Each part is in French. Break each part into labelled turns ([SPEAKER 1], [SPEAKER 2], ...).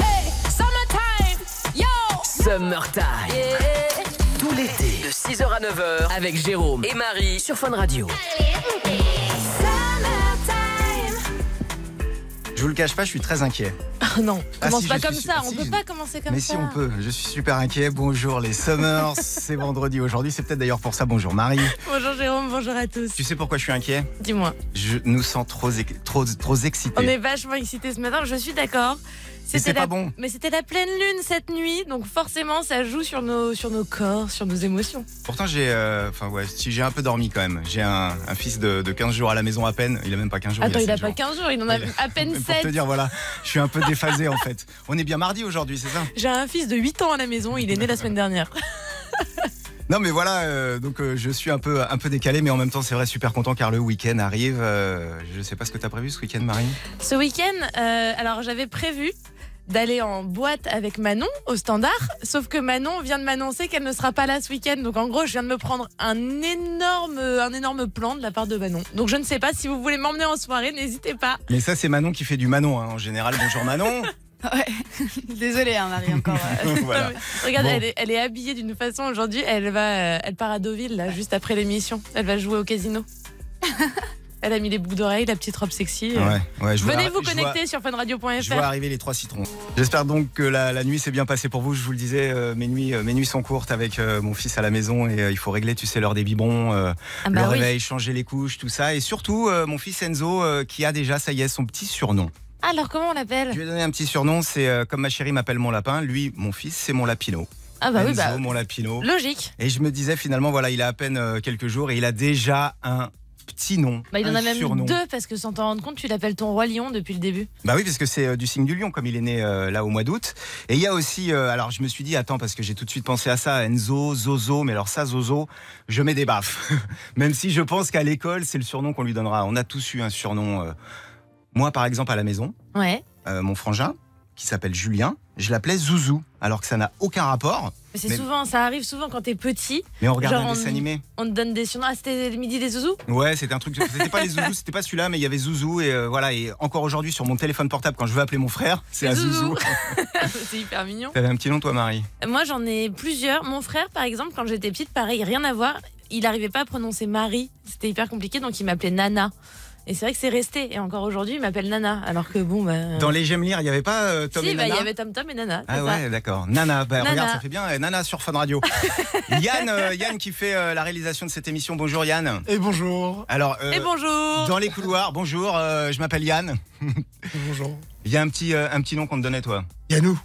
[SPEAKER 1] Hey, summertime, yo,
[SPEAKER 2] Summertime.
[SPEAKER 1] yeah.
[SPEAKER 2] Tout l'été, de 6h à 9h, avec Jérôme et Marie sur Fun Radio.
[SPEAKER 1] Summertime.
[SPEAKER 3] Je vous le cache pas, je suis très inquiet.
[SPEAKER 1] Oh non,
[SPEAKER 3] Ah,
[SPEAKER 1] commence
[SPEAKER 3] si,
[SPEAKER 1] pas
[SPEAKER 3] je
[SPEAKER 1] comme
[SPEAKER 3] suis-
[SPEAKER 1] ça,
[SPEAKER 3] ah,
[SPEAKER 1] on
[SPEAKER 3] si,
[SPEAKER 1] peut
[SPEAKER 3] je-
[SPEAKER 1] pas commencer comme
[SPEAKER 3] Mais
[SPEAKER 1] ça.
[SPEAKER 3] si on peut, je suis super inquiet. Bonjour les Summers, c'est vendredi aujourd'hui, c'est peut-être d'ailleurs pour ça. Bonjour Marie.
[SPEAKER 1] Bonjour Jérôme, bonjour à tous.
[SPEAKER 3] Tu sais pourquoi je suis inquiet
[SPEAKER 1] Dis-moi,
[SPEAKER 3] Je nous sens trop, ex- trop, trop
[SPEAKER 1] on
[SPEAKER 3] excités.
[SPEAKER 1] est vachement excités ce matin, je suis d'accord.
[SPEAKER 3] Mais
[SPEAKER 1] C'était
[SPEAKER 3] c'est pas
[SPEAKER 1] la...
[SPEAKER 3] bon.
[SPEAKER 1] Mais c'était la pleine lune cette nuit, donc forcément ça joue sur nos, sur nos corps, sur nos émotions.
[SPEAKER 3] Pourtant, j'ai, euh, enfin ouais, si j'ai un peu dormi quand même. J'ai un, un fils de, de 15 jours à la maison à peine. Il a même pas 15 jours.
[SPEAKER 1] Attends, il
[SPEAKER 3] a
[SPEAKER 1] a
[SPEAKER 3] 7
[SPEAKER 1] pas
[SPEAKER 3] jours.
[SPEAKER 1] 15 jours, il en a
[SPEAKER 3] Il
[SPEAKER 1] à peine
[SPEAKER 3] Mais Pour te
[SPEAKER 1] 7.
[SPEAKER 3] dire, voilà, je suis un peu déphasé en fait. On est bien mardi aujourd'hui, c'est ça
[SPEAKER 1] J'ai un fils de 8 ans à la maison, il est né la semaine dernière.
[SPEAKER 3] Non mais voilà, euh, donc euh, je suis un peu, un peu décalé, mais en même temps c'est vrai super content car le week-end arrive. Euh, je sais pas ce que t'as prévu ce week-end, Marine.
[SPEAKER 1] Ce week-end, euh, alors j'avais prévu d'aller en boîte avec Manon au standard, sauf que Manon vient de m'annoncer qu'elle ne sera pas là ce week-end. Donc en gros, je viens de me prendre un énorme, un énorme plan de la part de Manon. Donc je ne sais pas si vous voulez m'emmener en soirée, n'hésitez pas.
[SPEAKER 3] Mais ça c'est Manon qui fait du Manon hein. en général. Bonjour Manon.
[SPEAKER 4] Désolée, hein, Marie, encore. euh.
[SPEAKER 3] voilà.
[SPEAKER 1] Regarde,
[SPEAKER 3] Bon.
[SPEAKER 1] elle, est, elle est habillée d'une façon aujourd'hui. Elle va, euh, elle part à Deauville là, juste après l'émission. Elle va jouer au casino. elle a mis les boucles d'oreilles, la petite robe sexy. euh.
[SPEAKER 3] Ouais, ouais, je vois-
[SPEAKER 1] Venez vous
[SPEAKER 3] je vois-
[SPEAKER 1] connecter sur
[SPEAKER 3] Je vois
[SPEAKER 1] funradio.fr.
[SPEAKER 3] arriver les trois citrons. J'espère donc que la, la nuit s'est bien passée pour vous. Je vous le disais, euh, mes, nuits, euh, mes nuits sont courtes avec euh, mon fils à la maison et euh, il faut régler, tu sais, l'heure des biberons, euh,
[SPEAKER 1] Ah bah
[SPEAKER 3] le
[SPEAKER 1] oui.
[SPEAKER 3] réveil, changer les couches, tout ça. Et surtout, euh, mon fils Enzo euh, qui a déjà, ça y est, son petit surnom.
[SPEAKER 1] Alors comment on l'appelle
[SPEAKER 3] Je lui ai donné un petit surnom, c'est euh, comme ma chérie m'appelle mon lapin, lui, mon fils, c'est mon lapino.
[SPEAKER 1] Ah bah oui,
[SPEAKER 3] Enzo,
[SPEAKER 1] bah
[SPEAKER 3] mon lapino.
[SPEAKER 1] logique.
[SPEAKER 3] Et je me disais finalement, voilà, il a à peine euh, quelques jours et il a déjà un petit nom.
[SPEAKER 1] Bah, il en
[SPEAKER 3] un
[SPEAKER 1] a même
[SPEAKER 3] surnom.
[SPEAKER 1] deux parce que sans t'en rendre compte, tu l'appelles ton roi lion depuis le début.
[SPEAKER 3] Bah oui, parce que c'est euh, du signe du lion, comme il est né euh, là au mois d'août. Et il y a aussi, euh, alors je me suis dit, attends, parce que j'ai tout de suite pensé à ça, Enzo, Zozo, mais alors ça, Zozo, je mets des baffes. Même si je pense qu'à l'école, c'est le surnom qu'on lui donnera. On a tous eu un surnom. euh, Moi, par exemple, à la maison,
[SPEAKER 1] Ouais.
[SPEAKER 3] euh, mon frangin, qui s'appelle Julien, je l'appelais Zouzou, alors que ça n'a aucun rapport.
[SPEAKER 1] Mais c'est
[SPEAKER 3] Mais-
[SPEAKER 1] souvent, ça arrive souvent quand t'es petit,
[SPEAKER 3] Mais on regarde
[SPEAKER 1] Genre,
[SPEAKER 3] un
[SPEAKER 1] on-
[SPEAKER 3] dessin animé.
[SPEAKER 1] on te donne des surnoms. Ah, c'était le midi des zouzous
[SPEAKER 3] Ouais, c'était un truc. C'était pas les zouzous, c'était pas celui-là, mais il y avait zouzou et euh, voilà. Et encore aujourd'hui sur mon téléphone portable, quand je veux appeler mon frère, c'est
[SPEAKER 1] C'est
[SPEAKER 3] à
[SPEAKER 1] Zouzou.
[SPEAKER 3] zouzou.
[SPEAKER 1] C'est hyper mignon.
[SPEAKER 3] T'avais un petit nom toi, Marie.
[SPEAKER 1] Moi, j'en ai plusieurs. Mon frère, par exemple, quand j'étais petite, pareil, rien à voir. Il n'arrivait pas à prononcer Marie. C'était hyper compliqué, donc il m'appelait Nana. Et c'est vrai que c'est resté. Et encore aujourd'hui, il m'appelle Nana. Alors que bon, bah.
[SPEAKER 3] Dans les j'aime lire, il y avait pas euh, Tom
[SPEAKER 1] si,
[SPEAKER 3] et
[SPEAKER 1] bah, il y
[SPEAKER 3] Nana
[SPEAKER 1] avait Tom Tom et Nana. c'est
[SPEAKER 3] Ah
[SPEAKER 1] ça.
[SPEAKER 3] ouais, d'accord. Nana, bah,
[SPEAKER 1] Nana.
[SPEAKER 3] regarde, ça fait bien. eh, Nana sur Fun Radio. Yann, euh, Yann qui fait euh, la réalisation de cette émission. Bonjour Yann.
[SPEAKER 5] Et bonjour.
[SPEAKER 3] Alors, euh,
[SPEAKER 1] Et bonjour
[SPEAKER 3] dans les couloirs, bonjour. euh, je m'appelle Yann.
[SPEAKER 5] Bonjour.
[SPEAKER 3] Il y a un petit, euh, un petit nom qu'on te donnait toi,
[SPEAKER 5] Yannou.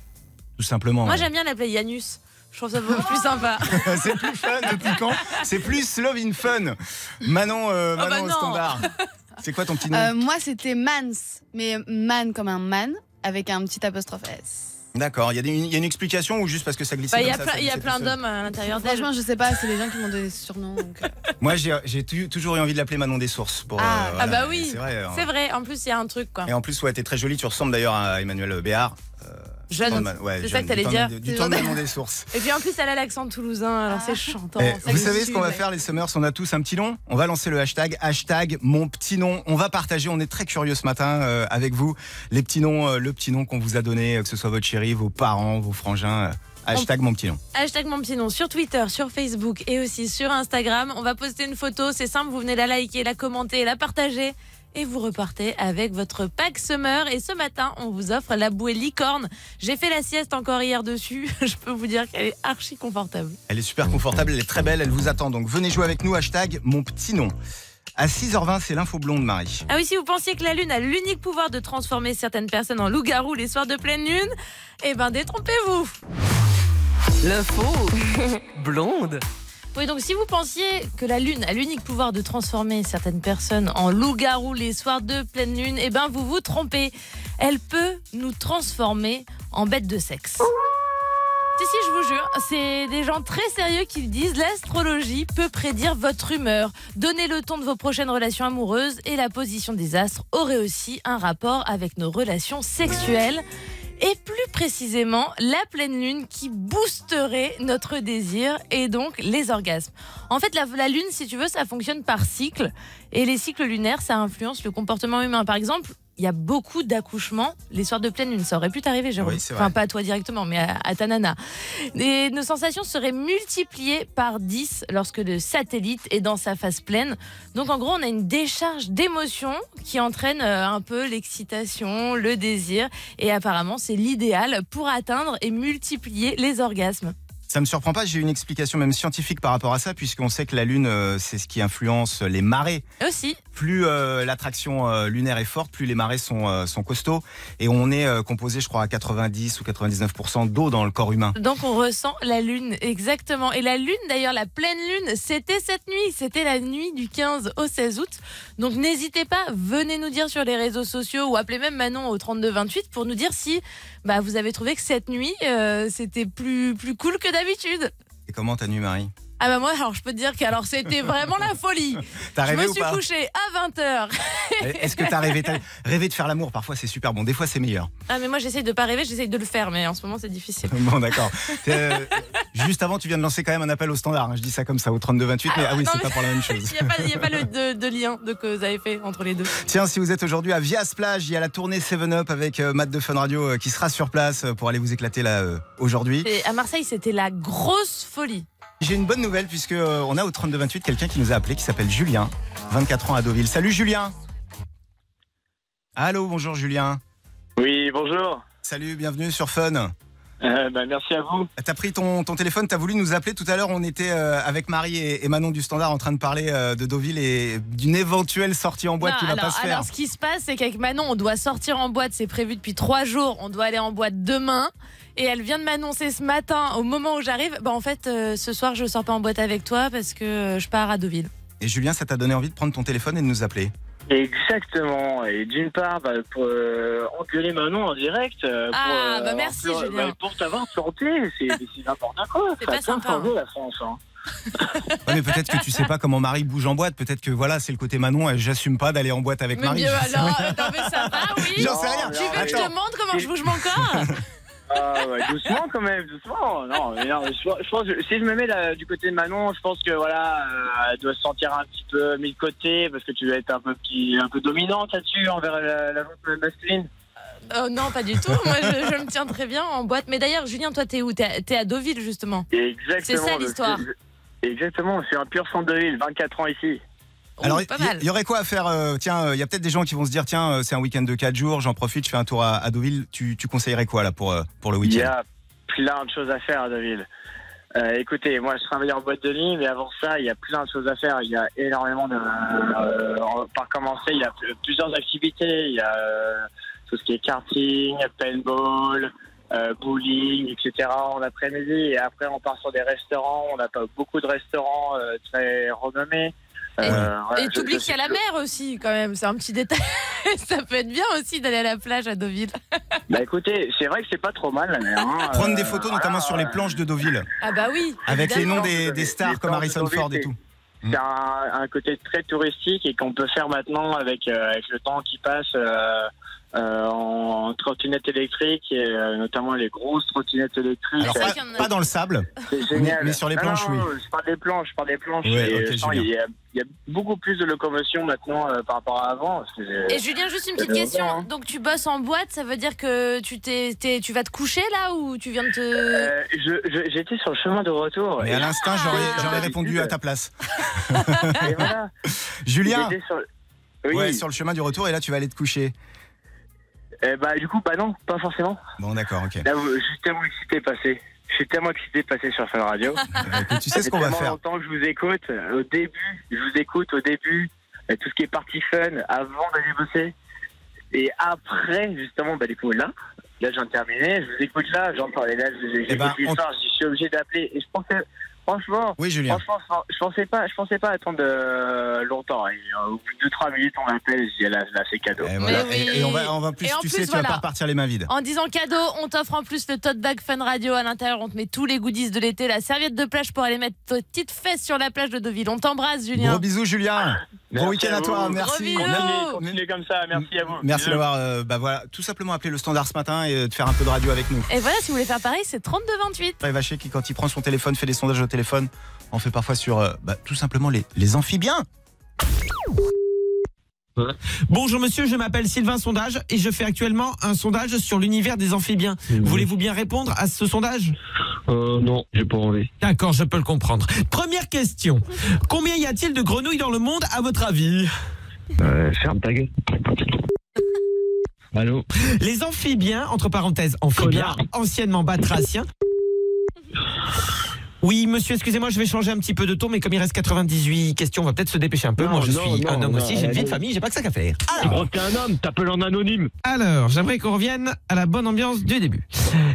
[SPEAKER 3] tout simplement.
[SPEAKER 1] Moi,
[SPEAKER 3] ouais.
[SPEAKER 1] j'aime bien l'appeler Yanus. Je trouve ça beaucoup plus sympa.
[SPEAKER 3] c'est plus fun depuis quand C'est plus love in fun. Manon, euh,
[SPEAKER 1] Oh bah
[SPEAKER 3] Manon au
[SPEAKER 1] non.
[SPEAKER 3] standard. C'est quoi ton petit nom
[SPEAKER 4] Euh, moi, c'était Mans, mais man comme un man, avec un petit apostrophe S.
[SPEAKER 3] D'accord, il y, a des- il y a une explication ou juste parce que ça glisse
[SPEAKER 1] Bah, Il y a plein- il y a plein d'hommes à l'intérieur d'elle.
[SPEAKER 4] Franchement, je sais pas, c'est les gens qui m'ont donné ce surnom. donc, euh.
[SPEAKER 3] Moi, j'ai j'ai tu- toujours eu envie de l'appeler Manon des Sources. Pour, euh,
[SPEAKER 4] Ah.
[SPEAKER 1] Ah bah oui,
[SPEAKER 3] C'est vrai. hein.
[SPEAKER 1] C'est vrai, en plus, il y a un truc, quoi.
[SPEAKER 3] Et en plus, ouais, t'es très jolie, tu ressembles d'ailleurs à Emmanuel Béard. Tant de
[SPEAKER 1] Jeune.
[SPEAKER 3] Man- ouais,
[SPEAKER 1] C'est ça
[SPEAKER 3] jeune,
[SPEAKER 1] que t'allais
[SPEAKER 3] du temps
[SPEAKER 1] dire.
[SPEAKER 3] de-
[SPEAKER 4] C'est
[SPEAKER 3] Du temps de
[SPEAKER 4] gentil.
[SPEAKER 3] Manon des Sources.
[SPEAKER 1] Et puis en plus, elle a l'accent toulousain, alors c'est chantant.
[SPEAKER 3] Eh,
[SPEAKER 1] ça
[SPEAKER 3] vous
[SPEAKER 1] me
[SPEAKER 3] savez ce
[SPEAKER 1] tue,
[SPEAKER 3] qu'on va
[SPEAKER 1] ouais.
[SPEAKER 3] faire les Summers On a tous un petit nom. On va lancer le hashtag hashtag mon petit nom. On va partager. On est très curieux ce matin euh, avec vous les petits noms, euh, le petit nom qu'on vous a donné, euh, que ce soit votre chérie, vos parents, vos frangins. euh, hashtag mon petit nom.
[SPEAKER 1] Hashtag mon petit nom sur Twitter, sur Facebook et aussi sur Instagram. On va poster une photo, c'est simple, vous venez la liker, la commenter, la partager. Et vous repartez avec votre pack summer. Et ce matin, on vous offre la bouée licorne. J'ai fait la sieste encore hier dessus. Je peux vous dire qu'elle est archi confortable.
[SPEAKER 3] Elle est super confortable, elle est très belle, elle vous attend. Donc venez jouer avec nous. Hashtag mon petit nom. À 6h20, c'est l'info blonde Marie.
[SPEAKER 1] Ah oui, si vous pensiez que la lune a l'unique pouvoir de transformer certaines personnes en loups-garous les soirs de pleine lune, eh ben détrompez-vous.
[SPEAKER 2] L'info blonde.
[SPEAKER 1] Oui, donc si vous pensiez que la Lune a l'unique pouvoir de transformer certaines personnes en loups-garous les soirs de pleine Lune, eh ben vous vous trompez. Elle peut nous transformer en bêtes de sexe. Si, si, je vous jure, c'est des gens très sérieux qui le disent l'astrologie peut prédire votre humeur, donner le ton de vos prochaines relations amoureuses et la position des astres aurait aussi un rapport avec nos relations sexuelles. et plus précisément la pleine lune qui boosterait notre désir et donc les orgasmes. En fait, la, la lune, si tu veux, ça fonctionne par cycle et les cycles lunaires, ça influence le comportement humain. Par exemple, il y a beaucoup d'accouchements les soirs de pleine lune. Ça aurait pu t'arriver, Jérôme.
[SPEAKER 3] Oui, c'est vrai.
[SPEAKER 1] enfin, pas à toi directement, mais à, à ta nana. Et nos sensations seraient multipliées par 10 lorsque le satellite est dans sa phase pleine. Donc en gros, on a une décharge d'émotions qui entraîne euh, un peu l'excitation, le désir. Et apparemment, c'est l'idéal pour atteindre et multiplier les orgasmes.
[SPEAKER 3] Ça me surprend pas, j'ai une explication même scientifique par rapport à ça, puisqu'on sait que la Lune, euh, c'est ce qui influence les marées.
[SPEAKER 1] Et Aussi,
[SPEAKER 3] Plus euh, l'attraction euh, lunaire est forte, plus les marées sont, euh, sont costauds. Et on est euh, composé, je crois, à 90 ou 99% d'eau dans le corps humain.
[SPEAKER 1] donc on ressent la lune, exactement. Et la lune, d'ailleurs, la pleine lune, c'était cette nuit, c'était la nuit du 15 au 16 août. Donc n'hésitez pas, venez nous dire sur les réseaux sociaux ou appelez même Manon au 3228 pour nous dire si bah, vous avez trouvé que cette nuit, euh, c'était plus, plus cool que d'habitude.
[SPEAKER 3] Et comment t'as nu, Marie
[SPEAKER 1] Ah bah moi, alors je peux te dire que alors, c'était vraiment la folie.
[SPEAKER 3] T'as
[SPEAKER 1] Je
[SPEAKER 3] rêvé
[SPEAKER 1] me
[SPEAKER 3] ou
[SPEAKER 1] suis
[SPEAKER 3] pas Eh,
[SPEAKER 1] couchée à 20h.
[SPEAKER 3] Est-ce que t'as rêvé T'as rêvé de faire l'amour Parfois, c'est super bon. Des fois, c'est meilleur.
[SPEAKER 1] Ah mais moi j'essaye de pas rêver, j'essaye de le faire, mais en ce moment c'est difficile.
[SPEAKER 3] Bon, d'accord. Euh, juste avant, tu viens de lancer quand même un appel au standard. hein. Je dis ça comme ça au 3228, mais ah oui,
[SPEAKER 1] non,
[SPEAKER 3] c'est
[SPEAKER 1] mais-
[SPEAKER 3] pas pour la même
[SPEAKER 1] Il
[SPEAKER 3] chose.
[SPEAKER 1] n'y a pas, il y a pas le, de, de lien de que vous avez fait entre les deux.
[SPEAKER 3] Tiens, si vous êtes aujourd'hui à Vias Plage, il y a la tournée 7 Up avec euh, Matt de Fun Radio euh, qui sera sur place euh, pour aller vous éclater là euh, aujourd'hui.
[SPEAKER 1] Et à Marseille c'était la grosse folie.
[SPEAKER 3] J'ai une bonne nouvelle puisque euh, on a au 3228 quelqu'un qui nous a appelé qui s'appelle Julien, 24 ans à Deauville. Salut Julien. Allô, bonjour Julien.
[SPEAKER 6] Oui, bonjour.
[SPEAKER 3] Salut, bienvenue sur Fun.
[SPEAKER 6] Euh, bah, merci à vous.
[SPEAKER 3] T'as pris ton, ton téléphone, t'as voulu nous appeler tout à l'heure. On était euh, avec Marie et, et Manon du Standard en train de parler euh, de Deauville et d'une éventuelle sortie en boîte
[SPEAKER 1] Non,
[SPEAKER 3] qui va
[SPEAKER 1] alors,
[SPEAKER 3] pas se faire.
[SPEAKER 1] alors, ce qui se passe c'est qu'avec Manon on doit sortir en boîte, c'est prévu depuis trois jours, on doit aller en boîte demain. Et elle vient de m'annoncer ce matin, au moment où j'arrive, bah en fait euh, ce soir je sors pas en boîte avec toi parce que euh, je pars à Deauville.
[SPEAKER 3] Et Julien, ça t'a donné envie de prendre ton téléphone et de nous appeler.
[SPEAKER 6] Exactement. Et d'une part, bah, pour euh, engueuler Manon en direct. euh, pour,
[SPEAKER 1] Ah,
[SPEAKER 6] euh,
[SPEAKER 1] bah, merci,
[SPEAKER 6] pour,
[SPEAKER 1] Julien.
[SPEAKER 6] bah, pour t'avoir sorti, c'est c'est n'importe quoi.
[SPEAKER 1] C'est
[SPEAKER 6] Ça
[SPEAKER 1] pas
[SPEAKER 6] tourne
[SPEAKER 1] sympa,
[SPEAKER 6] en rond, la France. hein.
[SPEAKER 3] Ouais, mais peut-être que tu sais pas comment Marie bouge en boîte. Peut-être que voilà, c'est le côté Manon. Elle, j'assume pas d'aller en boîte avec
[SPEAKER 1] Mais
[SPEAKER 3] Marie.
[SPEAKER 1] bien alors, attends, mais ça va, oui
[SPEAKER 3] J'en sais rien.
[SPEAKER 1] Tu veux que je
[SPEAKER 3] Attends.
[SPEAKER 1] te montre comment je bouge mon corps
[SPEAKER 6] Ah, ouais, doucement quand même, doucement. Non, mais non, je, je pense que si je me mets là, du côté de Manon, je pense que voilà, euh, elle doit se sentir un petit peu mis de côté parce que tu vas être un peu petit, un peu dominante là-dessus envers la, la voix masculine.
[SPEAKER 1] Oh non, pas du tout. Moi, je, je me tiens très bien en boîte. Mais d'ailleurs, Julien, toi, t'es où T'es à, t'es à Deauville, justement.
[SPEAKER 6] Exactement.
[SPEAKER 1] C'est ça,
[SPEAKER 6] je-
[SPEAKER 1] l'histoire.
[SPEAKER 6] je- Exactement, je suis un pur centre de ville, 24 ans ici.
[SPEAKER 1] Oh,
[SPEAKER 3] Alors,
[SPEAKER 1] pas mal.
[SPEAKER 3] il y, aurait quoi à faire euh, Tiens, il y a peut-être des gens qui vont se dire tiens, euh, c'est un week-end de 4 jours, j'en profite, je fais un tour à, à Deauville. Tu, tu conseillerais quoi là pour, euh, pour le
[SPEAKER 6] Il y
[SPEAKER 3] week-end
[SPEAKER 6] a plein de choses à faire à Deauville. Euh, écoutez, moi je travaille en boîte de nuit, mais avant ça, il y a plein de choses à faire. Il y a énormément de. euh, en- par commencer, il y a pl- plusieurs activités. Il y a euh, tout ce qui est karting, paintball, euh, bowling, etc. en après-midi. Et après, on part sur des restaurants. On n'a pas beaucoup de restaurants euh, très renommés. Euh,
[SPEAKER 1] Et-
[SPEAKER 6] voilà,
[SPEAKER 1] Et
[SPEAKER 6] je-
[SPEAKER 1] t'oublies
[SPEAKER 6] je-
[SPEAKER 1] qu'il y a la mer aussi, quand même. C'est un petit détail. Ça peut être bien aussi d'aller à la plage à Deauville.
[SPEAKER 6] Bah écoutez, c'est vrai que c'est pas trop mal la mer. hein.
[SPEAKER 3] Prendre
[SPEAKER 6] Euh,
[SPEAKER 3] des photos, notamment
[SPEAKER 6] voilà,
[SPEAKER 3] sur les
[SPEAKER 6] euh,
[SPEAKER 3] planches de Deauville,
[SPEAKER 1] Ah bah oui.
[SPEAKER 3] avec les
[SPEAKER 1] évidemment.
[SPEAKER 3] noms des, des
[SPEAKER 6] Les
[SPEAKER 3] stars comme
[SPEAKER 6] planches
[SPEAKER 3] Harrison
[SPEAKER 6] de Deauville,
[SPEAKER 3] Ford et
[SPEAKER 6] c'est-
[SPEAKER 3] tout.
[SPEAKER 6] C'est un, un côté très touristique et qu'on peut faire maintenant avec, euh, avec le temps qui passe euh, euh, en trottinette électrique, et, euh, notamment les grosses trottinettes électriques. Euh,
[SPEAKER 3] Alors
[SPEAKER 1] C'est vrai
[SPEAKER 3] pas,
[SPEAKER 1] qu'il y en a-
[SPEAKER 3] pas dans le sable.
[SPEAKER 6] C'est génial.
[SPEAKER 3] mais sur les
[SPEAKER 6] Non,
[SPEAKER 3] planches,
[SPEAKER 6] non, non, Je parle des planches, je parle des planches.
[SPEAKER 3] Ouais,
[SPEAKER 6] Et,
[SPEAKER 3] ok,
[SPEAKER 6] euh, non,
[SPEAKER 3] génial.
[SPEAKER 6] il, y a, il y a beaucoup plus de locomotion maintenant euh, par rapport à avant. parce que j'ai-
[SPEAKER 1] Et Julien, juste une petite
[SPEAKER 6] Euh, non.
[SPEAKER 1] question. Donc, tu bosses en boîte, ça veut dire que tu, t'es, t'es- tu vas te coucher là ou tu viens de te.
[SPEAKER 6] euh, je- je- J'étais sur le chemin de retour.
[SPEAKER 3] Mais à
[SPEAKER 6] Et-
[SPEAKER 3] l'instinct, j'aurais-
[SPEAKER 6] Ah
[SPEAKER 3] j'aurais répondu à ta place.
[SPEAKER 6] et voilà.
[SPEAKER 3] Julien,
[SPEAKER 6] J'étais sur... Oui.
[SPEAKER 3] ouais, sur le chemin du retour, et là, tu vas aller te coucher.
[SPEAKER 6] Eh bah, du coup, bah non, pas forcément.
[SPEAKER 3] Bon, d'accord, ok.
[SPEAKER 6] Là, je suis tellement excité de passer. Je suis tellement excité de passer sur Fun Radio.
[SPEAKER 3] Bah, écoute, tu sais ce qu'on
[SPEAKER 6] Ça fait
[SPEAKER 3] va
[SPEAKER 6] tellement
[SPEAKER 3] faire.
[SPEAKER 6] longtemps que je vous écoute. Au début, je vous écoute au début. euh, Tout ce qui est party fun avant d'aller bosser. Et après, justement, bah, du coup, là, là, j'en terminais. Je vous écoute là, j'entends les là, je- je-
[SPEAKER 3] Eh
[SPEAKER 6] j'écoute
[SPEAKER 3] ben, on-
[SPEAKER 6] l'histoire. Je suis obligé d'appeler. Et je pensais, franchement,
[SPEAKER 3] Oui, Julien.
[SPEAKER 6] franchement, fran- je pensais pas, je pensais pas attendre euh, longtemps. Et, euh, au bout de 2-3 minutes, on m'appelle. Je dis, là, là, c'est cadeau.
[SPEAKER 3] Et, Eh, voilà.
[SPEAKER 1] Mais
[SPEAKER 3] Et-
[SPEAKER 1] oui.
[SPEAKER 3] et on va, on va plus,
[SPEAKER 1] Et en
[SPEAKER 3] tu
[SPEAKER 1] plus,
[SPEAKER 3] sais, tu
[SPEAKER 1] voilà.
[SPEAKER 3] vas pas repartir les mains vides.
[SPEAKER 1] En disant cadeau, on t'offre en plus le tote bag Fun Radio à l'intérieur. On te met tous les goodies de l'été, la serviette de plage pour aller mettre tes petites fesses sur la plage de Deauville. On t'embrasse, Julien.
[SPEAKER 3] Gros bisous, Julien. Bon week-end à toi,
[SPEAKER 6] vous.
[SPEAKER 3] merci.
[SPEAKER 1] Gros bisous.
[SPEAKER 6] Continuez, continuez comme ça, merci à vous.
[SPEAKER 3] Merci
[SPEAKER 6] Bisous.
[SPEAKER 3] d'avoir euh, bah voilà, tout simplement appelé le standard ce matin et euh, de faire un peu de radio avec nous.
[SPEAKER 1] Et voilà, si vous voulez faire pareil, c'est 32-28.
[SPEAKER 3] André Vacher qui, quand il prend son téléphone, fait des sondages au téléphone, on fait parfois sur euh, bah, tout simplement les, les amphibiens.
[SPEAKER 7] Bonjour monsieur, je m'appelle Sylvain Sondage et je fais actuellement un sondage sur l'univers des amphibiens. Voulez-vous bien répondre à ce sondage
[SPEAKER 8] Mmh. Euh, non, j'ai pas envie.
[SPEAKER 7] D'accord, je peux le comprendre. Première question. Combien y a-t-il de grenouilles dans le monde à votre avis
[SPEAKER 8] Euh, ferme ta gueule. Allô
[SPEAKER 7] Les amphibiens, entre parenthèses, amphibiens,
[SPEAKER 8] Connard.
[SPEAKER 7] anciennement batraciens. Oui, monsieur, excusez-moi, je vais changer un petit peu de ton, mais comme il reste 98 questions, on va peut-être se dépêcher un peu.
[SPEAKER 8] Non,
[SPEAKER 7] Moi, je
[SPEAKER 8] non,
[SPEAKER 7] suis un
[SPEAKER 8] non,
[SPEAKER 7] homme
[SPEAKER 8] non,
[SPEAKER 7] aussi, j'ai une vie de
[SPEAKER 8] allez.
[SPEAKER 7] famille, j'ai pas que ça qu'à faire.
[SPEAKER 8] Gros, t'es Oh, un homme, t'appelles en anonyme.
[SPEAKER 7] Alors, j'aimerais qu'on revienne à la bonne ambiance du début.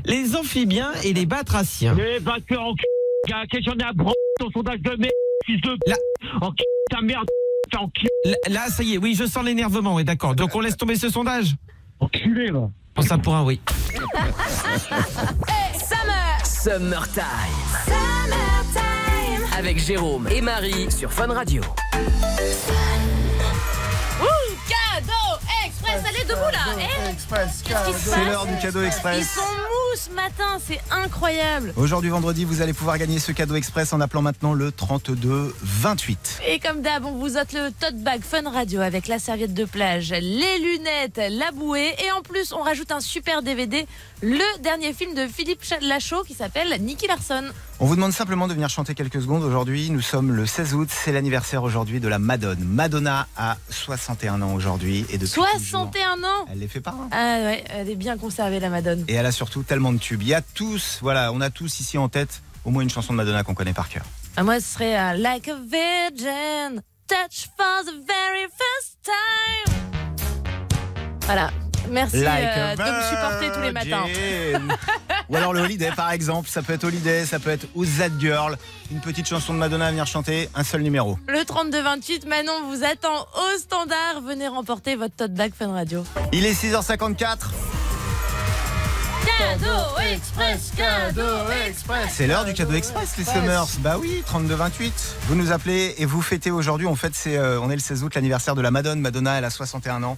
[SPEAKER 7] Les amphibiens et les batraciens.
[SPEAKER 8] Mais Eh, va te faire en cul. Gars, qu'est-ce qu'on a à branler ton sondage de merde, fils de
[SPEAKER 7] La-
[SPEAKER 8] En cul, ta merde, t'es en cul.
[SPEAKER 7] Là, là, ça y est, oui, je sens l'énervement, oui, d'accord. Donc on laisse tomber ce sondage
[SPEAKER 8] Enculé, va.
[SPEAKER 7] Pour ça pour un oui.
[SPEAKER 2] Summertime. Avec Jérôme et Marie sur Fun Radio.
[SPEAKER 1] Cadeau express, allez debout là Eh,
[SPEAKER 5] Express,
[SPEAKER 1] Qu'est-ce qui se
[SPEAKER 3] C'est
[SPEAKER 1] passe
[SPEAKER 3] l'heure du cadeau
[SPEAKER 1] Ils
[SPEAKER 3] express.
[SPEAKER 1] sont mous ce matin, c'est incroyable
[SPEAKER 3] Aujourd'hui vendredi, vous allez pouvoir gagner ce cadeau express en appelant maintenant le 32 28.
[SPEAKER 1] Et comme d'hab, on vous ôte le tote bag Fun Radio avec la serviette de plage, les lunettes, la bouée et en plus on rajoute un super DVD, le dernier film de Philippe Ch- Lachaud qui s'appelle Nicky Larson.
[SPEAKER 3] On vous demande simplement de venir chanter quelques secondes aujourd'hui. Nous sommes le 16 août, c'est l'anniversaire aujourd'hui de la Madone. Madonna a 61 ans aujourd'hui et de
[SPEAKER 1] 61 ans
[SPEAKER 3] Elle les fait pas. hein.
[SPEAKER 1] Ah ouais, elle est bien conservée la Madone.
[SPEAKER 3] Et elle a surtout tellement de tubes. Il y a tous, voilà, on a tous ici en tête au moins une chanson de Madonna qu'on connaît par cœur.
[SPEAKER 1] Ah, moi ce serait euh, Like a Virgin, Touch for the very first time. Voilà, merci euh, de me supporter tous les matins.
[SPEAKER 3] matins. Ou alors le Holiday par exemple, ça peut être Holiday, ça peut être Who's That Girl, une petite chanson de Madonna à venir chanter, un seul numéro.
[SPEAKER 1] Le 32-28, Manon vous attend au standard. Venez remporter votre tote bag Fun Radio.
[SPEAKER 3] Il est 6h54,
[SPEAKER 1] Cadeau express, cadeau express.
[SPEAKER 3] c'est l'heure du cadeau express les Summers. Bah oui, 32-28. Vous nous appelez et vous fêtez aujourd'hui, en fait c'est, euh, on est le 16 août, l'anniversaire de la Madone. Madonna elle a 61 ans.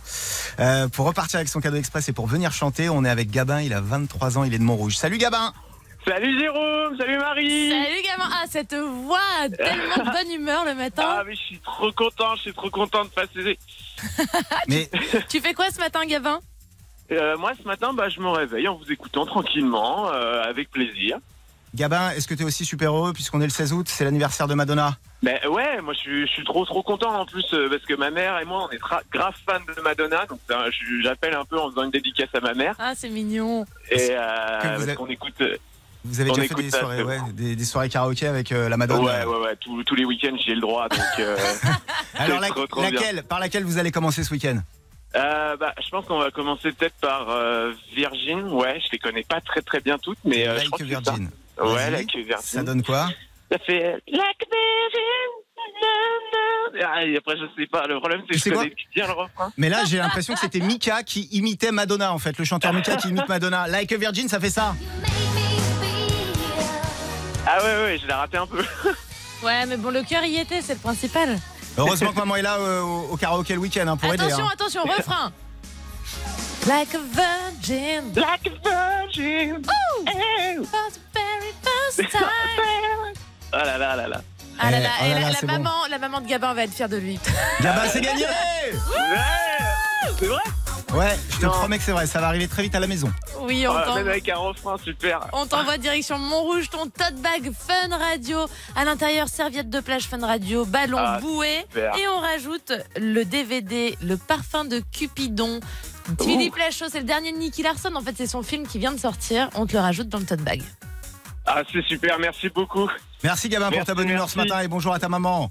[SPEAKER 3] Euh, pour repartir avec son cadeau express et pour venir chanter, on est avec Gabin, il a 23 ans, il est de Montrouge. Salut Gabin
[SPEAKER 6] Salut Jérôme, salut Marie.
[SPEAKER 1] Salut gamin, ah cette voix a tellement de bonne humeur le
[SPEAKER 6] Ah
[SPEAKER 1] matin.
[SPEAKER 6] mais je suis trop content, je suis trop content de passer.
[SPEAKER 3] Mais
[SPEAKER 1] Tu fais quoi ce matin gamin
[SPEAKER 6] Euh, moi ce matin, bah, je me réveille en vous écoutant tranquillement, euh, avec plaisir.
[SPEAKER 3] Gabin, est-ce que t'es aussi super heureux puisqu'on est le 16 août, c'est l'anniversaire de Madonna
[SPEAKER 6] Mais Ben, ouais, moi je suis, je suis trop trop content en plus euh, parce que ma mère et moi on est tra- grave fans de Madonna, donc euh, je- j'appelle un peu en faisant une dédicace à ma mère
[SPEAKER 1] Ah c'est mignon.
[SPEAKER 6] et
[SPEAKER 3] Que vous
[SPEAKER 6] euh, parce
[SPEAKER 3] avez-
[SPEAKER 6] qu'on écoute. euh,
[SPEAKER 3] Vous avez
[SPEAKER 6] On
[SPEAKER 3] déjà fait
[SPEAKER 6] écoute
[SPEAKER 3] des
[SPEAKER 6] ça,
[SPEAKER 3] soirées,
[SPEAKER 6] c'est
[SPEAKER 3] ouais,
[SPEAKER 6] bon.
[SPEAKER 3] des, des soirées karaoké avec euh, la Madonna.
[SPEAKER 6] Ouais ouais ouais, tous- tous les week-ends j'ai le droit donc. euh,
[SPEAKER 3] Alors la-
[SPEAKER 6] Trop, trop bien.
[SPEAKER 3] laquelle, par laquelle vous allez commencer ce week-end
[SPEAKER 6] Euh, bah, je pense qu'on va commencer peut-être par euh, Virgin. Ouais, je les connais pas très très bien toutes, mais euh, je
[SPEAKER 3] Like
[SPEAKER 6] crois que c'est ça.
[SPEAKER 3] Virgin.
[SPEAKER 6] Ouais,
[SPEAKER 3] Vas-y.
[SPEAKER 6] Like a Virgin.
[SPEAKER 3] Ça donne quoi
[SPEAKER 6] Ça fait euh, Like a Virgin. Ah, et après, je sais pas. Le problème,
[SPEAKER 3] Tu
[SPEAKER 6] c'est que
[SPEAKER 3] sais
[SPEAKER 6] je
[SPEAKER 3] quoi
[SPEAKER 6] connais bien le refrain.
[SPEAKER 3] Mais là, j'ai l'impression que c'était Mika qui imitait Madonna en fait, le chanteur Mika qui imite Madonna. Like a Virgin, ça fait ça.
[SPEAKER 6] Ah ouais, ouais, je l'ai raté un peu.
[SPEAKER 1] Ouais mais bon le cœur y était, c'est le principal.
[SPEAKER 3] Heureusement que maman est là euh, au, au karaoké le week-end hein, pour aider.
[SPEAKER 1] attention,
[SPEAKER 3] hein.
[SPEAKER 1] attention, refrain. Like a virgin,
[SPEAKER 6] Like a Virgin. Eh,
[SPEAKER 1] for the very first time.
[SPEAKER 6] Ah là là là là.
[SPEAKER 1] Ah là là,
[SPEAKER 3] Eh, oh
[SPEAKER 1] et
[SPEAKER 3] là
[SPEAKER 1] la,
[SPEAKER 3] là,
[SPEAKER 1] la
[SPEAKER 3] c'est
[SPEAKER 1] maman, la maman de Gabin va être fière de lui.
[SPEAKER 3] hein. Gabin, c'est gagné.
[SPEAKER 6] Ouais, c'est vrai.
[SPEAKER 3] Ouais, je te
[SPEAKER 6] Non.
[SPEAKER 3] promets que c'est vrai. Ça va arriver très vite à la maison.
[SPEAKER 1] Oui, on
[SPEAKER 3] Ah,
[SPEAKER 6] Voilà,
[SPEAKER 1] t'en-
[SPEAKER 6] même avec un refrain super.
[SPEAKER 1] On t'envoie direction Montrouge, ton tote bag Fun Radio. À l'intérieur, serviette de plage Fun Radio, ballon
[SPEAKER 6] Ah,
[SPEAKER 1] bouée.
[SPEAKER 6] super.
[SPEAKER 1] Et on rajoute le DVD, le parfum de Cupidon. Philippe Lachaud, c'est le dernier de Nicky Larson. En fait, c'est son film qui vient de sortir. On te le rajoute dans le tote bag.
[SPEAKER 6] Ah, c'est super. Merci beaucoup.
[SPEAKER 3] Merci Gabin pour
[SPEAKER 6] Merci,
[SPEAKER 3] ta bonne humeur ce
[SPEAKER 6] merci.
[SPEAKER 3] matin et bonjour à ta maman.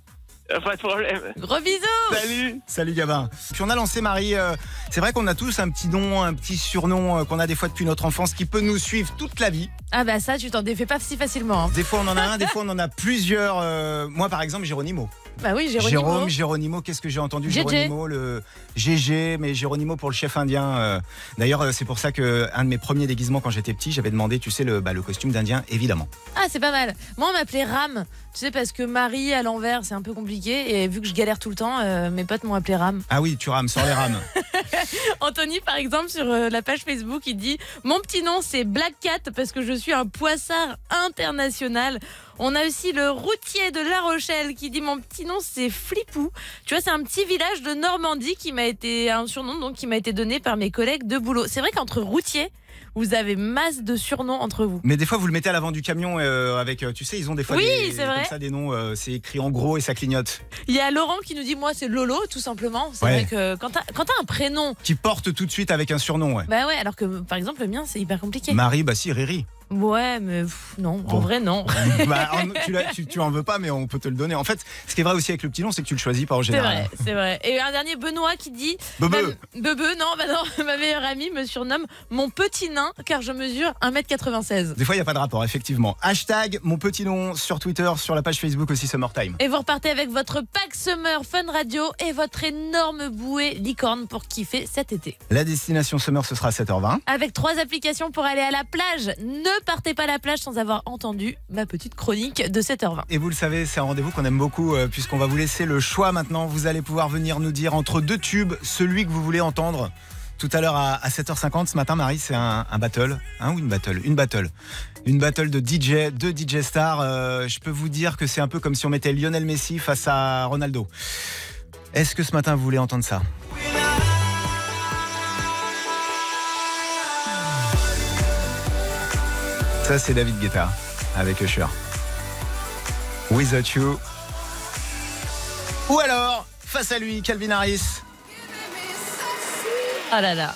[SPEAKER 6] Euh, Pas de problème.
[SPEAKER 1] Gros bisous
[SPEAKER 9] Oh.
[SPEAKER 6] Salut.
[SPEAKER 3] Salut Gabin. Puis on a lancé Marie. euh, c'est vrai qu'on a tous un petit nom, un petit surnom euh, qu'on a des fois depuis notre enfance qui peut nous suivre toute la vie.
[SPEAKER 1] Ah bah ça, tu t'en défais pas si facilement. hein.
[SPEAKER 3] Des fois on en a un, des fois on en a plusieurs. Euh, moi par exemple, Géronimo.
[SPEAKER 1] Bah oui, Géronimo.
[SPEAKER 3] Jérôme, Géronimo, qu'est-ce que j'ai entendu
[SPEAKER 1] GG.
[SPEAKER 3] Géronimo, le GG, mais Géronimo pour le chef indien. euh. D'ailleurs, euh, c'est pour ça que un de mes premiers déguisements quand j'étais petit, j'avais demandé, tu sais, le, bah, le costume d'indien, évidemment.
[SPEAKER 1] Ah, c'est pas mal. Moi, on m'appelait Ram. Tu sais, parce que Marie à l'envers, c'est un peu compliqué. Et vu que je galère tout le temps, euh, mes potes m'ont appelé Ram.
[SPEAKER 3] Ah oui, tu rames, sors les rames.
[SPEAKER 1] Anthony, par exemple, sur euh, la page Facebook, il dit Mon petit nom, c'est Black Cat parce que je suis un poissard international. On a aussi le routier de La Rochelle qui dit Mon petit nom, c'est Flipou. Tu vois, c'est un petit village de Normandie qui m'a été un surnom donc qui m'a été donné par mes collègues de boulot. C'est vrai qu'entre routiers, vous avez masse de surnoms entre vous.
[SPEAKER 3] mais des fois, vous le mettez à l'avant du camion euh, avec, euh, tu sais, ils ont des fois
[SPEAKER 1] Oui,
[SPEAKER 3] des,
[SPEAKER 1] c'est
[SPEAKER 3] comme
[SPEAKER 1] vrai.
[SPEAKER 3] ça, des noms, euh, c'est écrit en gros et ça clignote,
[SPEAKER 1] Il y a Laurent qui nous dit Moi, c'est Lolo, tout simplement. C'est
[SPEAKER 3] Ouais.
[SPEAKER 1] vrai que quand t'as quand t'as un prénom,
[SPEAKER 3] qui porte tout de suite avec un surnom. ouais.
[SPEAKER 1] bah ouais, alors que par exemple, le mien, c'est hyper compliqué.
[SPEAKER 3] Marie, bah si, Riri.
[SPEAKER 1] ouais, mais pff, non, en
[SPEAKER 3] Bon.
[SPEAKER 1] vrai, non.
[SPEAKER 3] Bah, en- tu, l'as- tu- tu en veux pas, mais on peut te le donner. En fait, ce qui est vrai aussi avec le petit nom, c'est que tu le choisis pas en
[SPEAKER 1] C'est
[SPEAKER 3] général.
[SPEAKER 1] vrai, c'est vrai. Et un dernier, Benoît, qui dit
[SPEAKER 3] Bebe,
[SPEAKER 1] Ma- Bebe, non, bah non, ma meilleure amie me surnomme mon petit nain car je mesure 1m96.
[SPEAKER 3] Des fois, il n'y a pas de rapport, effectivement. Hashtag mon petit nom sur Twitter, sur la page Facebook aussi Summertime.
[SPEAKER 1] Et vous repartez avec votre pack Summer Fun Radio et votre énorme bouée licorne pour kiffer cet été.
[SPEAKER 3] La destination Summer, ce sera 7h20.
[SPEAKER 1] Avec trois applications pour aller à la plage, ne partez pas à la plage sans avoir entendu ma petite chronique de 7h20.
[SPEAKER 3] Et vous le savez, c'est un rendez-vous qu'on aime beaucoup, euh, puisqu'on va vous laisser le choix maintenant. Vous allez pouvoir venir nous dire entre deux tubes celui que vous voulez entendre. Tout à l'heure à, à 7h50, ce matin, Marie, c'est un, un battle. Hein, ou une battle Une battle. Une battle de DJ, deux DJ stars. Euh, je peux vous dire que c'est un peu comme si on mettait Lionel Messi face à Ronaldo. Est-ce que ce matin, vous voulez entendre ça Ça, c'est David Guetta avec Usher. Without You. Ou alors, face à lui, Calvin Harris.
[SPEAKER 1] Ah là là.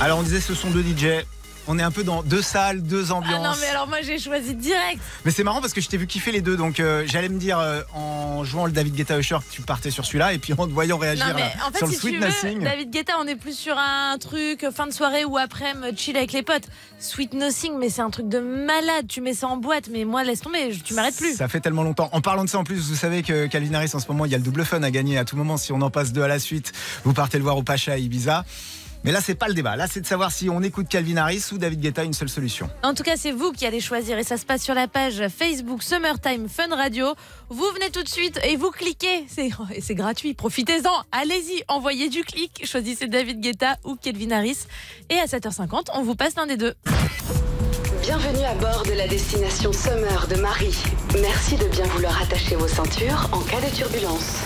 [SPEAKER 3] Alors on disait ce sont deux DJ. On est un peu dans deux salles, deux
[SPEAKER 1] Ah
[SPEAKER 3] ambiances.
[SPEAKER 1] non, mais alors moi j'ai choisi direct.
[SPEAKER 3] Mais c'est marrant parce que je t'ai vu kiffer les deux, donc euh, j'allais me dire euh, en jouant le David Guetta Usher que tu partais sur celui-là et puis en te voyant réagir
[SPEAKER 1] Non, mais
[SPEAKER 3] là,
[SPEAKER 1] en fait,
[SPEAKER 3] sur
[SPEAKER 1] si
[SPEAKER 3] le Sweet
[SPEAKER 1] tu veux,
[SPEAKER 3] Nothing.
[SPEAKER 1] David Guetta, on est plus sur un truc euh, fin de soirée ou après me chill avec les potes. Sweet Nothing, mais c'est un truc de malade. Tu mets ça en boîte, mais moi, laisse tomber, je- tu m'arrêtes plus.
[SPEAKER 3] Ça fait tellement longtemps. En parlant de ça, en plus, vous savez que Calvin Harris, en ce moment, il y a le double fun à gagner à tout moment. Si on en passe deux à la suite, vous partez le voir au Pacha à Ibiza. Mais là, c'est pas le débat. Là, c'est de savoir si on écoute Calvin Harris ou David Guetta, une seule solution.
[SPEAKER 1] En tout cas, c'est vous qui allez choisir et ça se passe sur la page Facebook Summertime Fun Radio. Vous venez tout de suite et vous cliquez. C'est et c'est gratuit, profitez-en. Allez-y, envoyez du clic. Choisissez David Guetta ou Kelvin Harris. Et à 7h50, on vous passe l'un des deux.
[SPEAKER 10] Bienvenue à bord de la destination Summer de Marie. Merci de bien vouloir attacher vos ceintures en cas de turbulence.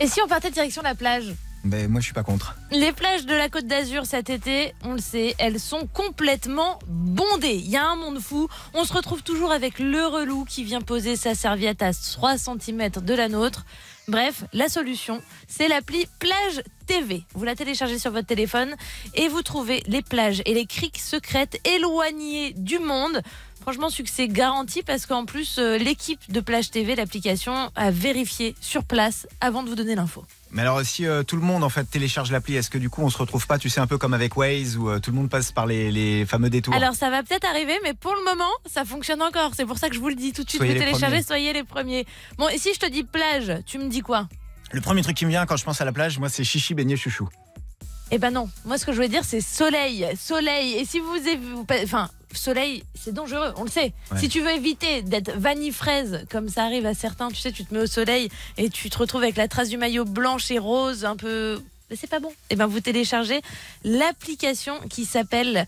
[SPEAKER 1] Et si on partait direction la plage
[SPEAKER 3] Mais Ben, moi, je suis pas contre.
[SPEAKER 1] Les plages de la Côte d'Azur cet été, on le sait, elles sont complètement bondées. Il y a un monde fou. On se retrouve toujours avec le relou qui vient poser sa serviette à 3 cm de la nôtre. Bref, la solution, c'est l'appli Plage TV. Vous la téléchargez sur votre téléphone et vous trouvez les plages et les criques secrètes éloignées du monde. Franchement, succès garanti parce qu'en plus, euh, l'équipe de Plage TV, l'application, a vérifié sur place avant de vous donner l'info.
[SPEAKER 3] Mais alors si euh, tout le monde en fait télécharge l'appli, est-ce que du coup on se retrouve pas, tu sais, un peu comme avec Waze où euh, tout le monde passe par les, les fameux détours
[SPEAKER 1] Alors ça va peut-être arriver, mais pour le moment, ça fonctionne encore. C'est pour ça que je vous le dis tout de suite,
[SPEAKER 3] Soyez
[SPEAKER 1] vous
[SPEAKER 3] les
[SPEAKER 1] téléchargez,
[SPEAKER 3] premiers.
[SPEAKER 1] soyez les premiers. Bon, et si je te dis plage, tu me dis quoi
[SPEAKER 3] Le premier truc qui me vient quand je pense à la plage, moi c'est chichi beignet chouchou.
[SPEAKER 1] Eh ben non, moi ce que je voulais dire c'est soleil, soleil. Et si vous, évi- vous pa- enfin soleil, c'est dangereux, on le sait.
[SPEAKER 3] Ouais.
[SPEAKER 1] Si tu veux éviter d'être vanille fraise comme ça arrive à certains, tu sais, tu te mets au soleil et tu te retrouves avec la trace du maillot blanche et rose un peu mais c'est pas bon. Eh ben vous téléchargez l'application qui s'appelle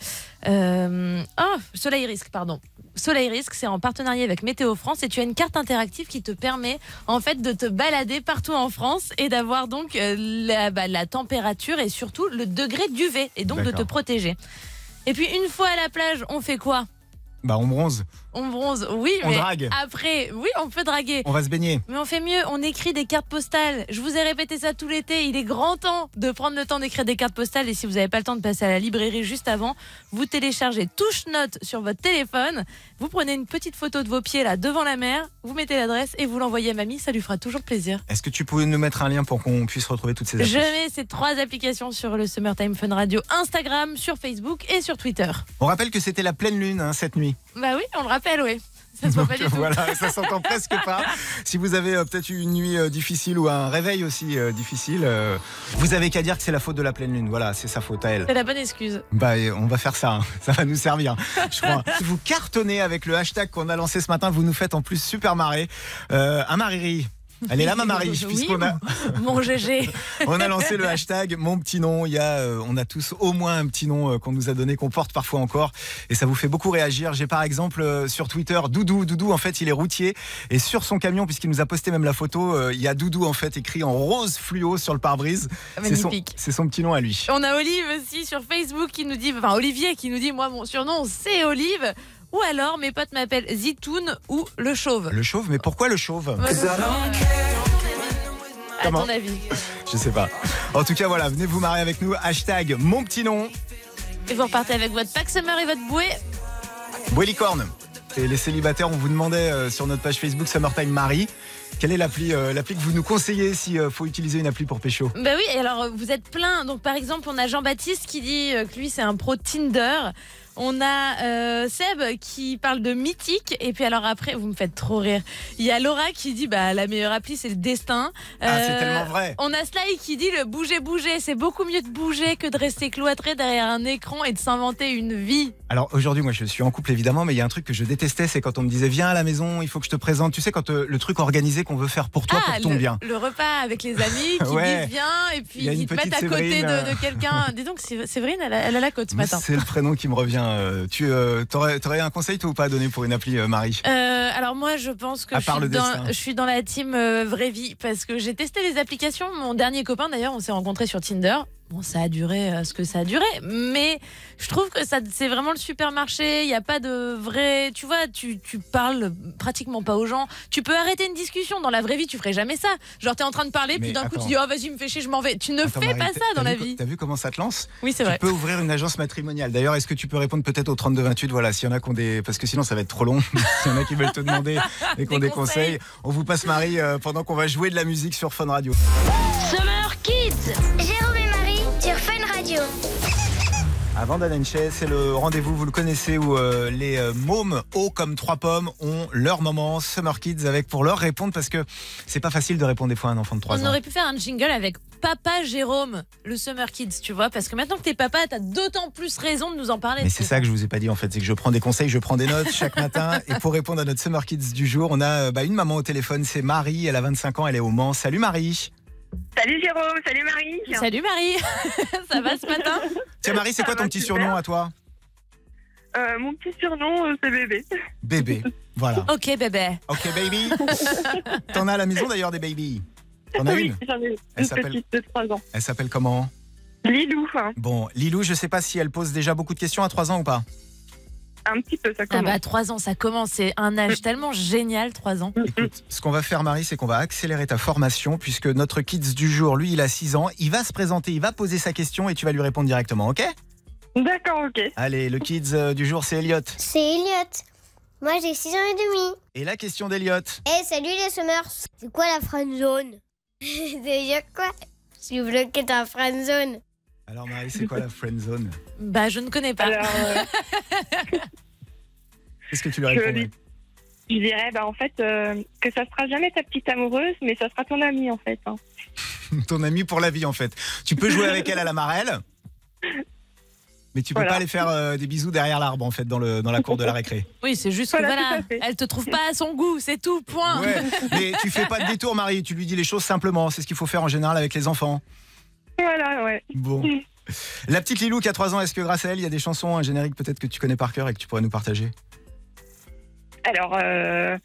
[SPEAKER 1] euh, oh, Soleil Risque, pardon. Soleil Risque, c'est en partenariat avec Météo France et tu as une carte interactive qui te permet en fait de te balader partout en France et d'avoir donc euh, la, bah, la température et surtout le degré d'UV et donc de te
[SPEAKER 3] D'accord.
[SPEAKER 1] protéger. Et puis une fois à la plage, on fait quoi
[SPEAKER 3] Bah on bronze,
[SPEAKER 1] On bronze, oui,
[SPEAKER 3] on
[SPEAKER 1] mais
[SPEAKER 3] drague,
[SPEAKER 1] après, oui, on peut draguer.
[SPEAKER 3] on va se baigner.
[SPEAKER 1] Mais on fait mieux, on écrit des cartes postales. Je vous ai répété ça tout l'été. Il est grand temps de prendre le temps d'écrire des cartes postales. Et si vous n'avez pas le temps de passer à la librairie juste avant, vous téléchargez Touche Note sur votre téléphone. Vous prenez une petite photo de vos pieds là devant la mer. Vous mettez l'adresse et vous l'envoyez à mamie. Ça lui fera toujours plaisir.
[SPEAKER 3] Est-ce que tu pouvais nous mettre un lien pour qu'on puisse retrouver toutes ces applis
[SPEAKER 1] Je mets ces trois applications sur le Summertime Fun Radio Instagram, sur Facebook et sur Twitter.
[SPEAKER 3] On rappelle que c'était la pleine lune hein, cette nuit.
[SPEAKER 1] Bah oui, on le rappelle, oui. Ça se voit pas du tout.
[SPEAKER 3] Voilà, ça s'entend presque pas. Si vous avez euh, peut-être eu une nuit euh, difficile ou un réveil aussi euh, difficile, euh, vous avez qu'à dire que c'est la faute de la pleine lune. Voilà, c'est sa faute à elle.
[SPEAKER 1] C'est la bonne excuse.
[SPEAKER 3] Bah, et on va faire ça. hein. Ça va nous servir, je crois. Vous cartonnez avec le hashtag qu'on a lancé ce matin. Vous nous faites en plus super marrer. Euh, un mari. Elle est là, ma Marie,
[SPEAKER 1] Oui,
[SPEAKER 3] puisqu'on a,
[SPEAKER 1] Mon GG.
[SPEAKER 3] on a lancé le hashtag mon petit nom. Il y a, euh, on a tous au moins un petit nom euh, qu'on nous a donné, qu'on porte parfois encore, et ça vous fait beaucoup réagir. J'ai par exemple euh, sur Twitter Doudou. Doudou, en fait, il est routier et sur son camion, puisqu'il nous a posté même la photo, euh, il y a Doudou en fait écrit en rose fluo sur le pare-brise. C'est son,
[SPEAKER 1] Ah, Magnifique.
[SPEAKER 3] c'est son petit nom à lui.
[SPEAKER 1] On a Olive aussi sur Facebook qui nous dit, enfin Olivier qui nous dit, moi mon surnom c'est Olive. Ou alors mes potes m'appellent Zitoun ou le chauve.
[SPEAKER 3] Le chauve, mais pourquoi le chauve
[SPEAKER 1] À
[SPEAKER 3] Comment
[SPEAKER 1] ton avis.
[SPEAKER 3] Je sais pas. En tout cas, voilà, venez vous marier avec nous. Hashtag mon petit nom,
[SPEAKER 1] Et vous repartez avec votre pack summer et votre bouée.
[SPEAKER 3] Licorne. Et les célibataires, on vous demandait euh, sur notre page Facebook Summertime Marie, quelle est l'appli, euh, l'appli que vous nous conseillez si euh, faut utiliser une appli pour pécho
[SPEAKER 1] Ben oui, et alors euh, vous êtes plein. Donc par exemple, on a Jean-Baptiste qui dit euh, que lui c'est un pro Tinder. On a euh, Seb qui parle de mythique. Et puis alors après, vous me faites trop rire. Il y a Laura qui dit bah la meilleure appli c'est le destin.
[SPEAKER 3] Ah, c'est
[SPEAKER 1] Euh,
[SPEAKER 3] tellement vrai.
[SPEAKER 1] On a Sly qui dit le bouger bouger. C'est beaucoup mieux de bouger que de rester cloîtré derrière un écran et de s'inventer une vie.
[SPEAKER 3] Alors aujourd'hui, moi, je suis en couple évidemment, mais il y a un truc que je détestais, c'est quand on me disait viens à la maison, il faut que je te présente. Tu sais, quand euh, le truc organisé qu'on veut faire pour toi, pour ton
[SPEAKER 1] Ah, le,
[SPEAKER 3] bien.
[SPEAKER 1] le repas avec les amis qui
[SPEAKER 3] Ouais.
[SPEAKER 1] disent bien et
[SPEAKER 3] Il y
[SPEAKER 1] puis
[SPEAKER 3] a une
[SPEAKER 1] qui te
[SPEAKER 3] petite
[SPEAKER 1] mettent à côté
[SPEAKER 3] Séverine,
[SPEAKER 1] de,
[SPEAKER 3] euh.
[SPEAKER 1] de quelqu'un. Dis donc, Sé- Séverine, elle a, elle a la côte ce
[SPEAKER 3] Mais
[SPEAKER 1] matin.
[SPEAKER 3] C'est le prénom qui me revient. euh, tu euh, t'aurais, t'aurais un conseil toi ou pas à donner pour une appli, euh, Marie
[SPEAKER 1] Euh, alors moi, je pense que
[SPEAKER 3] À
[SPEAKER 1] je
[SPEAKER 3] part
[SPEAKER 1] suis,
[SPEAKER 3] le
[SPEAKER 1] dans,
[SPEAKER 3] destin.
[SPEAKER 1] je suis dans la team euh, vraie vie parce que j'ai testé les applications. Mon dernier copain, d'ailleurs, on s'est rencontrés sur Tinder. Bon, ça a duré euh, ce que ça a duré, mais je trouve que ça, c'est vraiment le supermarché. Il n'y a pas de vrai. Tu vois, tu, tu parles pratiquement pas aux gens. Tu peux arrêter une discussion. Dans la vraie vie, tu ferais jamais ça. Genre, t'es en train de parler,
[SPEAKER 3] Mais
[SPEAKER 1] puis d'un coup,
[SPEAKER 3] attends.
[SPEAKER 1] tu dis Oh, vas-y, me fais chier, je m'en vais. Tu ne
[SPEAKER 3] Attends,
[SPEAKER 1] fais
[SPEAKER 3] Marie,
[SPEAKER 1] pas
[SPEAKER 3] t'as-
[SPEAKER 1] ça dans
[SPEAKER 3] t'as
[SPEAKER 1] la
[SPEAKER 3] vu co-
[SPEAKER 1] vie.
[SPEAKER 3] T'as vu comment ça te lance
[SPEAKER 1] Oui, c'est
[SPEAKER 3] Tu
[SPEAKER 1] vrai.
[SPEAKER 3] peux ouvrir une agence matrimoniale. D'ailleurs, est-ce que tu peux répondre peut-être au 3228 Voilà, s'il y en a qui ont des. Parce que sinon, ça va être trop long. s'il y en a qui veulent te demander et qui ont
[SPEAKER 1] Des
[SPEAKER 3] des conseils, on vous passe Marie euh, pendant qu'on va jouer de la musique sur Fun Radio.
[SPEAKER 9] Summer Kids Jérôme et Marie sur Fun Radio.
[SPEAKER 3] Avant Danenchez, c'est le rendez-vous, vous le connaissez, où euh, les euh, mômes hauts comme trois pommes ont leur moment Summer Kids avec pour leur répondre parce que c'est pas facile de répondre des fois à un enfant de 3
[SPEAKER 1] On
[SPEAKER 3] ans.
[SPEAKER 1] aurait pu faire un jingle avec Papa Jérôme, le Summer Kids, tu vois, parce que maintenant que t'es papa, t'as d'autant plus raison de nous en parler.
[SPEAKER 3] Mais c'est ça que je vous ai pas dit en fait, c'est que je prends des conseils, je prends des notes chaque matin. Et pour répondre à notre Summer Kids du jour, on a euh, bah, une maman au téléphone, c'est Marie, elle a 25 ans, elle est au Mans. Salut Marie
[SPEAKER 9] Salut Jérôme, salut Marie.
[SPEAKER 1] Salut Marie, ça va ce matin
[SPEAKER 3] Tiens Marie, c'est quoi
[SPEAKER 9] Ça va,
[SPEAKER 3] ton petit
[SPEAKER 9] super.
[SPEAKER 3] surnom à toi
[SPEAKER 9] Euh, mon petit surnom, euh, c'est bébé.
[SPEAKER 3] Bébé. Voilà.
[SPEAKER 1] Ok bébé. Ah
[SPEAKER 3] Ok baby. T'en as à la maison d'ailleurs des baby. T'en as
[SPEAKER 9] Ah oui,
[SPEAKER 3] une
[SPEAKER 9] j'en ai une
[SPEAKER 3] Elle s'appelle-
[SPEAKER 9] petite de 3 ans.
[SPEAKER 3] Elle s'appelle comment
[SPEAKER 9] Lilou, hein,
[SPEAKER 3] Bon, Lilou, je sais pas si elle pose déjà beaucoup de questions à 3 ans ou pas.
[SPEAKER 9] un petit peu, ça
[SPEAKER 1] Ah
[SPEAKER 9] commence.
[SPEAKER 1] bah 3 ans, ça commence, c'est un âge tellement génial, 3 ans.
[SPEAKER 3] Écoute, ce qu'on va faire, Marie, c'est qu'on va accélérer ta formation puisque notre kids du jour, lui, il a 6 ans. Il va se présenter, il va poser sa question et tu vas lui répondre directement, ok
[SPEAKER 9] D'accord, ok.
[SPEAKER 3] Allez, le kids euh, du jour, c'est Elliot.
[SPEAKER 9] C'est Elliot. Moi, j'ai 6 ans et demi.
[SPEAKER 3] Et la question d'Elliot
[SPEAKER 9] Eh, salut les Summers. C'est quoi la friendzone Déjà quoi Je suis bloquée dans la friendzone.
[SPEAKER 3] Alors, Marie, c'est quoi la friend zone
[SPEAKER 1] Bah je ne connais pas.
[SPEAKER 9] Alors, euh,
[SPEAKER 3] Qu'est-ce que tu lui
[SPEAKER 9] Je
[SPEAKER 3] réponds
[SPEAKER 9] lui- je dirais, bah, en fait, euh, que ça sera jamais ta petite amoureuse, mais ça sera ton amie, en fait. hein.
[SPEAKER 3] Marie Ton ami pour la vie, en fait. Tu peux jouer avec elle à la marelle, mais tu peux
[SPEAKER 9] Voilà.
[SPEAKER 3] pas aller faire euh, des bisous derrière l'arbre, en fait, dans, le, dans la cour de la récré.
[SPEAKER 1] Oui, c'est juste
[SPEAKER 9] Voilà,
[SPEAKER 1] que voilà,
[SPEAKER 9] tout à fait.
[SPEAKER 1] elle te trouve pas à son goût, c'est tout, point.
[SPEAKER 3] Ouais, mais tu fais pas de détour, Marie. Tu lui dis les choses simplement. C'est ce qu'il faut faire en général avec les enfants.
[SPEAKER 9] Voilà, ouais.
[SPEAKER 3] Bon. La petite Lilou qui a 3 ans, est-ce que grâce à elle, il y a des chansons, un générique peut-être que tu connais par cœur et que tu pourrais nous partager
[SPEAKER 9] Alors, euh...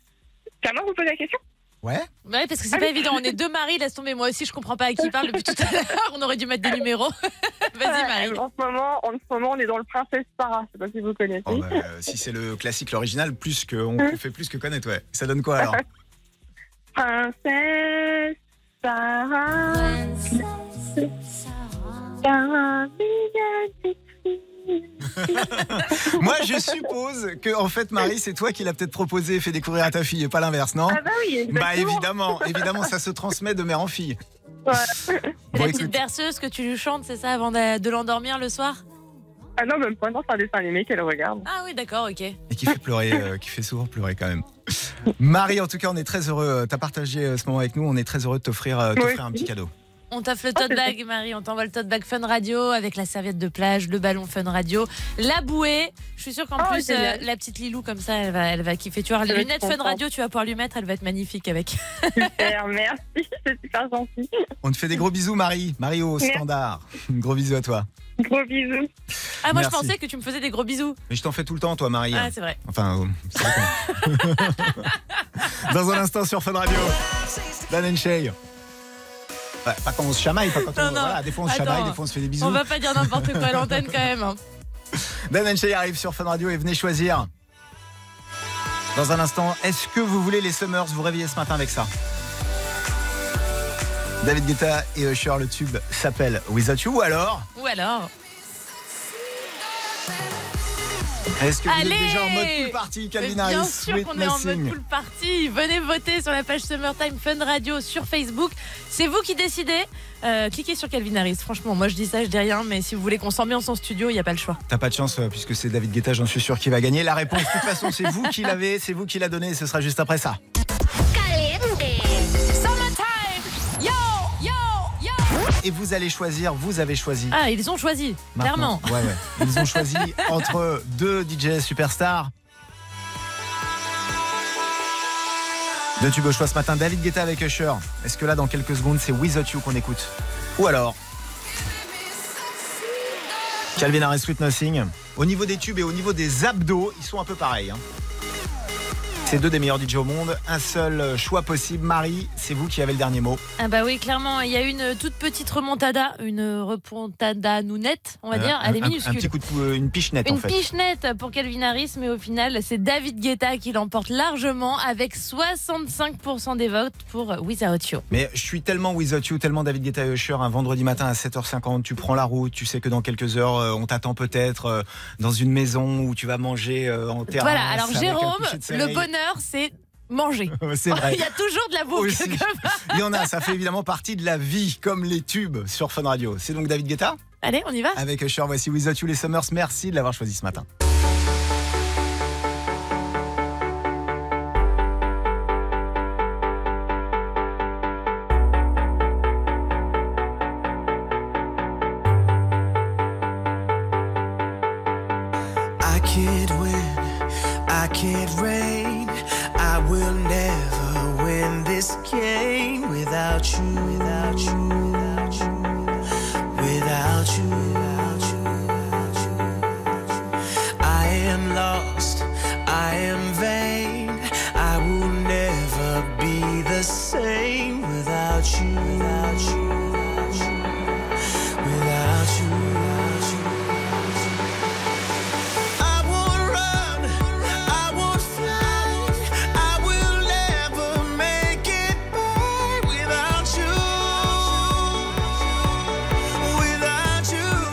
[SPEAKER 9] c'est à moi que vous posez la question
[SPEAKER 3] Ouais
[SPEAKER 1] Bah Ouais, parce que c'est pas évident, on est deux maris, laisse tomber, moi aussi je comprends pas à qui il parle depuis tout à l'heure, on aurait dû mettre des numéros. Vas-y Marie.
[SPEAKER 9] En ce, moment, en ce moment, on est dans le Princesse Sarah. Je sais pas si vous connaissez.
[SPEAKER 3] Oh, bah, euh, Si c'est le classique, l'original, plus que, on fait plus que connaître, ouais. Ça donne quoi alors
[SPEAKER 9] Princesse Sarah. Sarah, mignonne petite fille.
[SPEAKER 3] Moi, je suppose que, en fait, Marie, c'est toi qui l'as peut-être proposé et fait découvrir à ta fille et pas l'inverse, non
[SPEAKER 9] Ah bah oui, exactement.
[SPEAKER 3] Bah évidemment, évidemment, ça se transmet de mère en fille.
[SPEAKER 9] Ouais.
[SPEAKER 1] Et
[SPEAKER 3] Bon,
[SPEAKER 1] la petite
[SPEAKER 3] écoute,
[SPEAKER 1] berceuse que tu lui chantes, c'est ça, avant de de l'endormir le soir
[SPEAKER 11] Ah non, même pas, non, c'est un dessin animé qu'elle regarde.
[SPEAKER 1] Ah oui, d'accord, ok.
[SPEAKER 3] Et qui fait pleurer, euh, qui fait souvent pleurer quand même. Marie, en tout cas, on est très heureux. Tu as partagé euh, ce moment avec nous. On est très heureux de t'offrir euh, t'offrir un petit cadeau.
[SPEAKER 1] On t'offre le
[SPEAKER 11] Ah,
[SPEAKER 1] tote bag, Marie. On t'envoie le tote bag Fun Radio avec la serviette de plage, le ballon Fun Radio, la bouée. Je suis sûre qu'en
[SPEAKER 11] Oh,
[SPEAKER 1] plus,
[SPEAKER 11] génial.
[SPEAKER 1] euh, la petite Lilou, comme ça, elle va, elle va kiffer. Tu vois, les
[SPEAKER 11] Elle va être
[SPEAKER 1] lunettes Fun
[SPEAKER 11] contente.
[SPEAKER 1] Radio, tu vas pouvoir lui mettre. Elle va être magnifique avec.
[SPEAKER 11] Super, merci, c'est super gentil.
[SPEAKER 3] On te fait des gros bisous, Marie. Marie au
[SPEAKER 1] Merci.
[SPEAKER 3] standard. Gros bisous à toi.
[SPEAKER 11] Gros bisous.
[SPEAKER 1] Ah, moi,
[SPEAKER 3] Merci.
[SPEAKER 1] je pensais que tu me faisais des gros bisous.
[SPEAKER 3] Mais je t'en fais tout le temps, toi, Marie.
[SPEAKER 1] Ah, c'est vrai.
[SPEAKER 3] Enfin, euh, c'est vrai qu'on- dans un instant sur Fun Radio. Dan and Shay. Ouais, pas quand on se chamaille, pas quand on.
[SPEAKER 1] Non, non.
[SPEAKER 3] Voilà, des fois on se
[SPEAKER 1] Attends.
[SPEAKER 3] chamaille, des fois on se fait des bisous.
[SPEAKER 1] On va pas dire n'importe quoi à l'antenne quand même. hein.
[SPEAKER 3] Dan and Shay Ben arrive sur Fun Radio et venez choisir. Dans un instant, est-ce que vous voulez les Summers vous réveiller ce matin avec ça David Guetta et Usher, le tube s'appelle Without You. Ou alors,
[SPEAKER 1] Ou alors.
[SPEAKER 3] est-ce que vous
[SPEAKER 1] Allez
[SPEAKER 3] êtes déjà en mode pool party, Calvin
[SPEAKER 1] Mais Bien
[SPEAKER 3] Harris,
[SPEAKER 1] sûr
[SPEAKER 3] Sweet
[SPEAKER 1] qu'on est en mode
[SPEAKER 3] Nothing
[SPEAKER 1] pool party. Venez voter sur la page Summertime Fun Radio sur Facebook. C'est vous qui décidez. Euh, cliquez sur Calvin Harris. Franchement, moi je dis ça, je dis rien, mais si vous voulez qu'on s'ambiance en studio, il n'y a pas le choix.
[SPEAKER 3] T'as pas de chance euh, puisque c'est David Guetta, j'en suis sûr qu'il va gagner. La réponse, de toute façon, c'est vous qui l'avez, c'est vous qui l'a donné, ce sera juste après ça.
[SPEAKER 1] Summertime Yo Yo Yo
[SPEAKER 3] Et vous allez choisir, vous avez choisi.
[SPEAKER 1] Ah, ils ont choisi,
[SPEAKER 3] Maintenant.
[SPEAKER 1] clairement.
[SPEAKER 3] Ouais, ouais. Ils ont choisi entre deux DJ superstars. Deux tubes au choix ce matin, David Guetta avec Usher. Est-ce que là, dans quelques secondes, c'est Without You qu'on écoute Ou alors Calvin Harris Sweet Nothing. Au niveau des tubes et au niveau des abdos, ils sont un peu pareils. hein. C'est deux des meilleurs DJ au monde. Un seul choix possible. Marie, c'est vous qui avez le dernier mot.
[SPEAKER 1] Ah bah oui, clairement, il y a une euh, toute petite remontada, une remontada nounette, on va
[SPEAKER 3] Euh,
[SPEAKER 1] dire.
[SPEAKER 3] un-
[SPEAKER 1] Elle est
[SPEAKER 3] un- Un,
[SPEAKER 1] minuscule.
[SPEAKER 3] petit coup de pou- une pichenette
[SPEAKER 1] Une
[SPEAKER 3] en fait.
[SPEAKER 1] pichenette pour Calvin Harris, mais au final, c'est David Guetta qui l'emporte largement avec 65% des votes pour Without You.
[SPEAKER 3] Mais je suis tellement Without You, tellement David Guetta et Usher, un vendredi matin à 7h50, tu prends la route, tu sais que dans quelques heures, euh, on t'attend peut-être euh, dans une maison où tu vas manger euh, en terrasse.
[SPEAKER 1] Voilà, alors
[SPEAKER 3] avec un
[SPEAKER 1] Jérôme,
[SPEAKER 3] coucher de
[SPEAKER 1] le
[SPEAKER 3] soleil.
[SPEAKER 1] bonheur, c'est manger.
[SPEAKER 3] C'est vrai.
[SPEAKER 1] Il y a toujours de la bouffe.
[SPEAKER 3] Aussi. Il y en a, ça fait évidemment partie de la vie, comme les tubes sur Fun Radio. C'est donc David Guetta
[SPEAKER 1] Allez, on y va
[SPEAKER 3] Avec Usher, voici Without You les Summers. Merci de l'avoir choisi ce matin.
[SPEAKER 12] I can't win, I can't reign. I will never win this game without you, without you, without you, without you, without you, without you. I am lost, I am vain. I will never be the same without you, without you, without you, without you, without you. I won't run, I won't fly, I will never make it back without you, without you.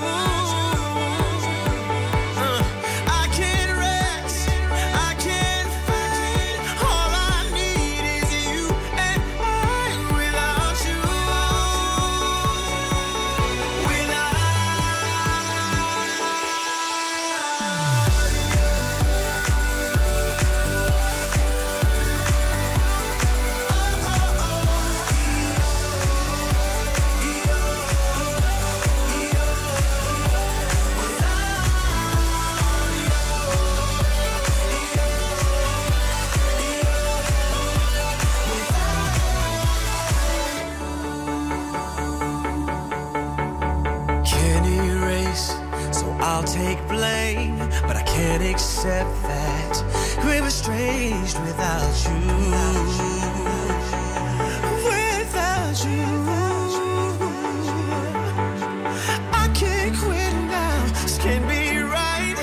[SPEAKER 12] Uh, I can't rest, I can't fight. All I need is you and I without you, without. can't erase, so I'll take blame. But I can't accept that we're estranged without you. Without you. I can't quit now, this can't be right.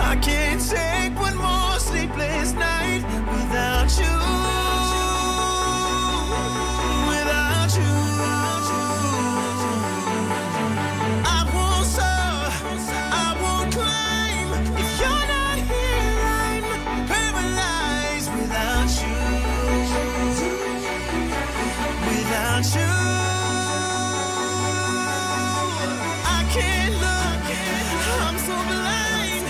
[SPEAKER 12] I can't take one more sleepless night without you. Without you. I won't soar, I won't climb. If you're not here, I'm paralyzed without you. Without you. I can't look, I'm so blind.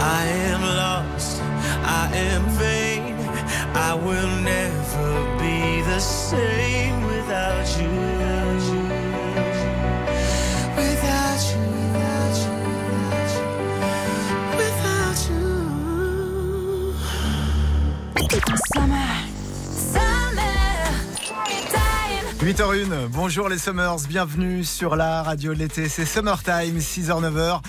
[SPEAKER 12] I am lost, I am vain. I will never be the same without you. Without you, without you, without you, without you. Summer, summer time.
[SPEAKER 3] 8h01, bonjour les Summers, bienvenue sur la radio de l'été, c'est Summertime, 6h-9h,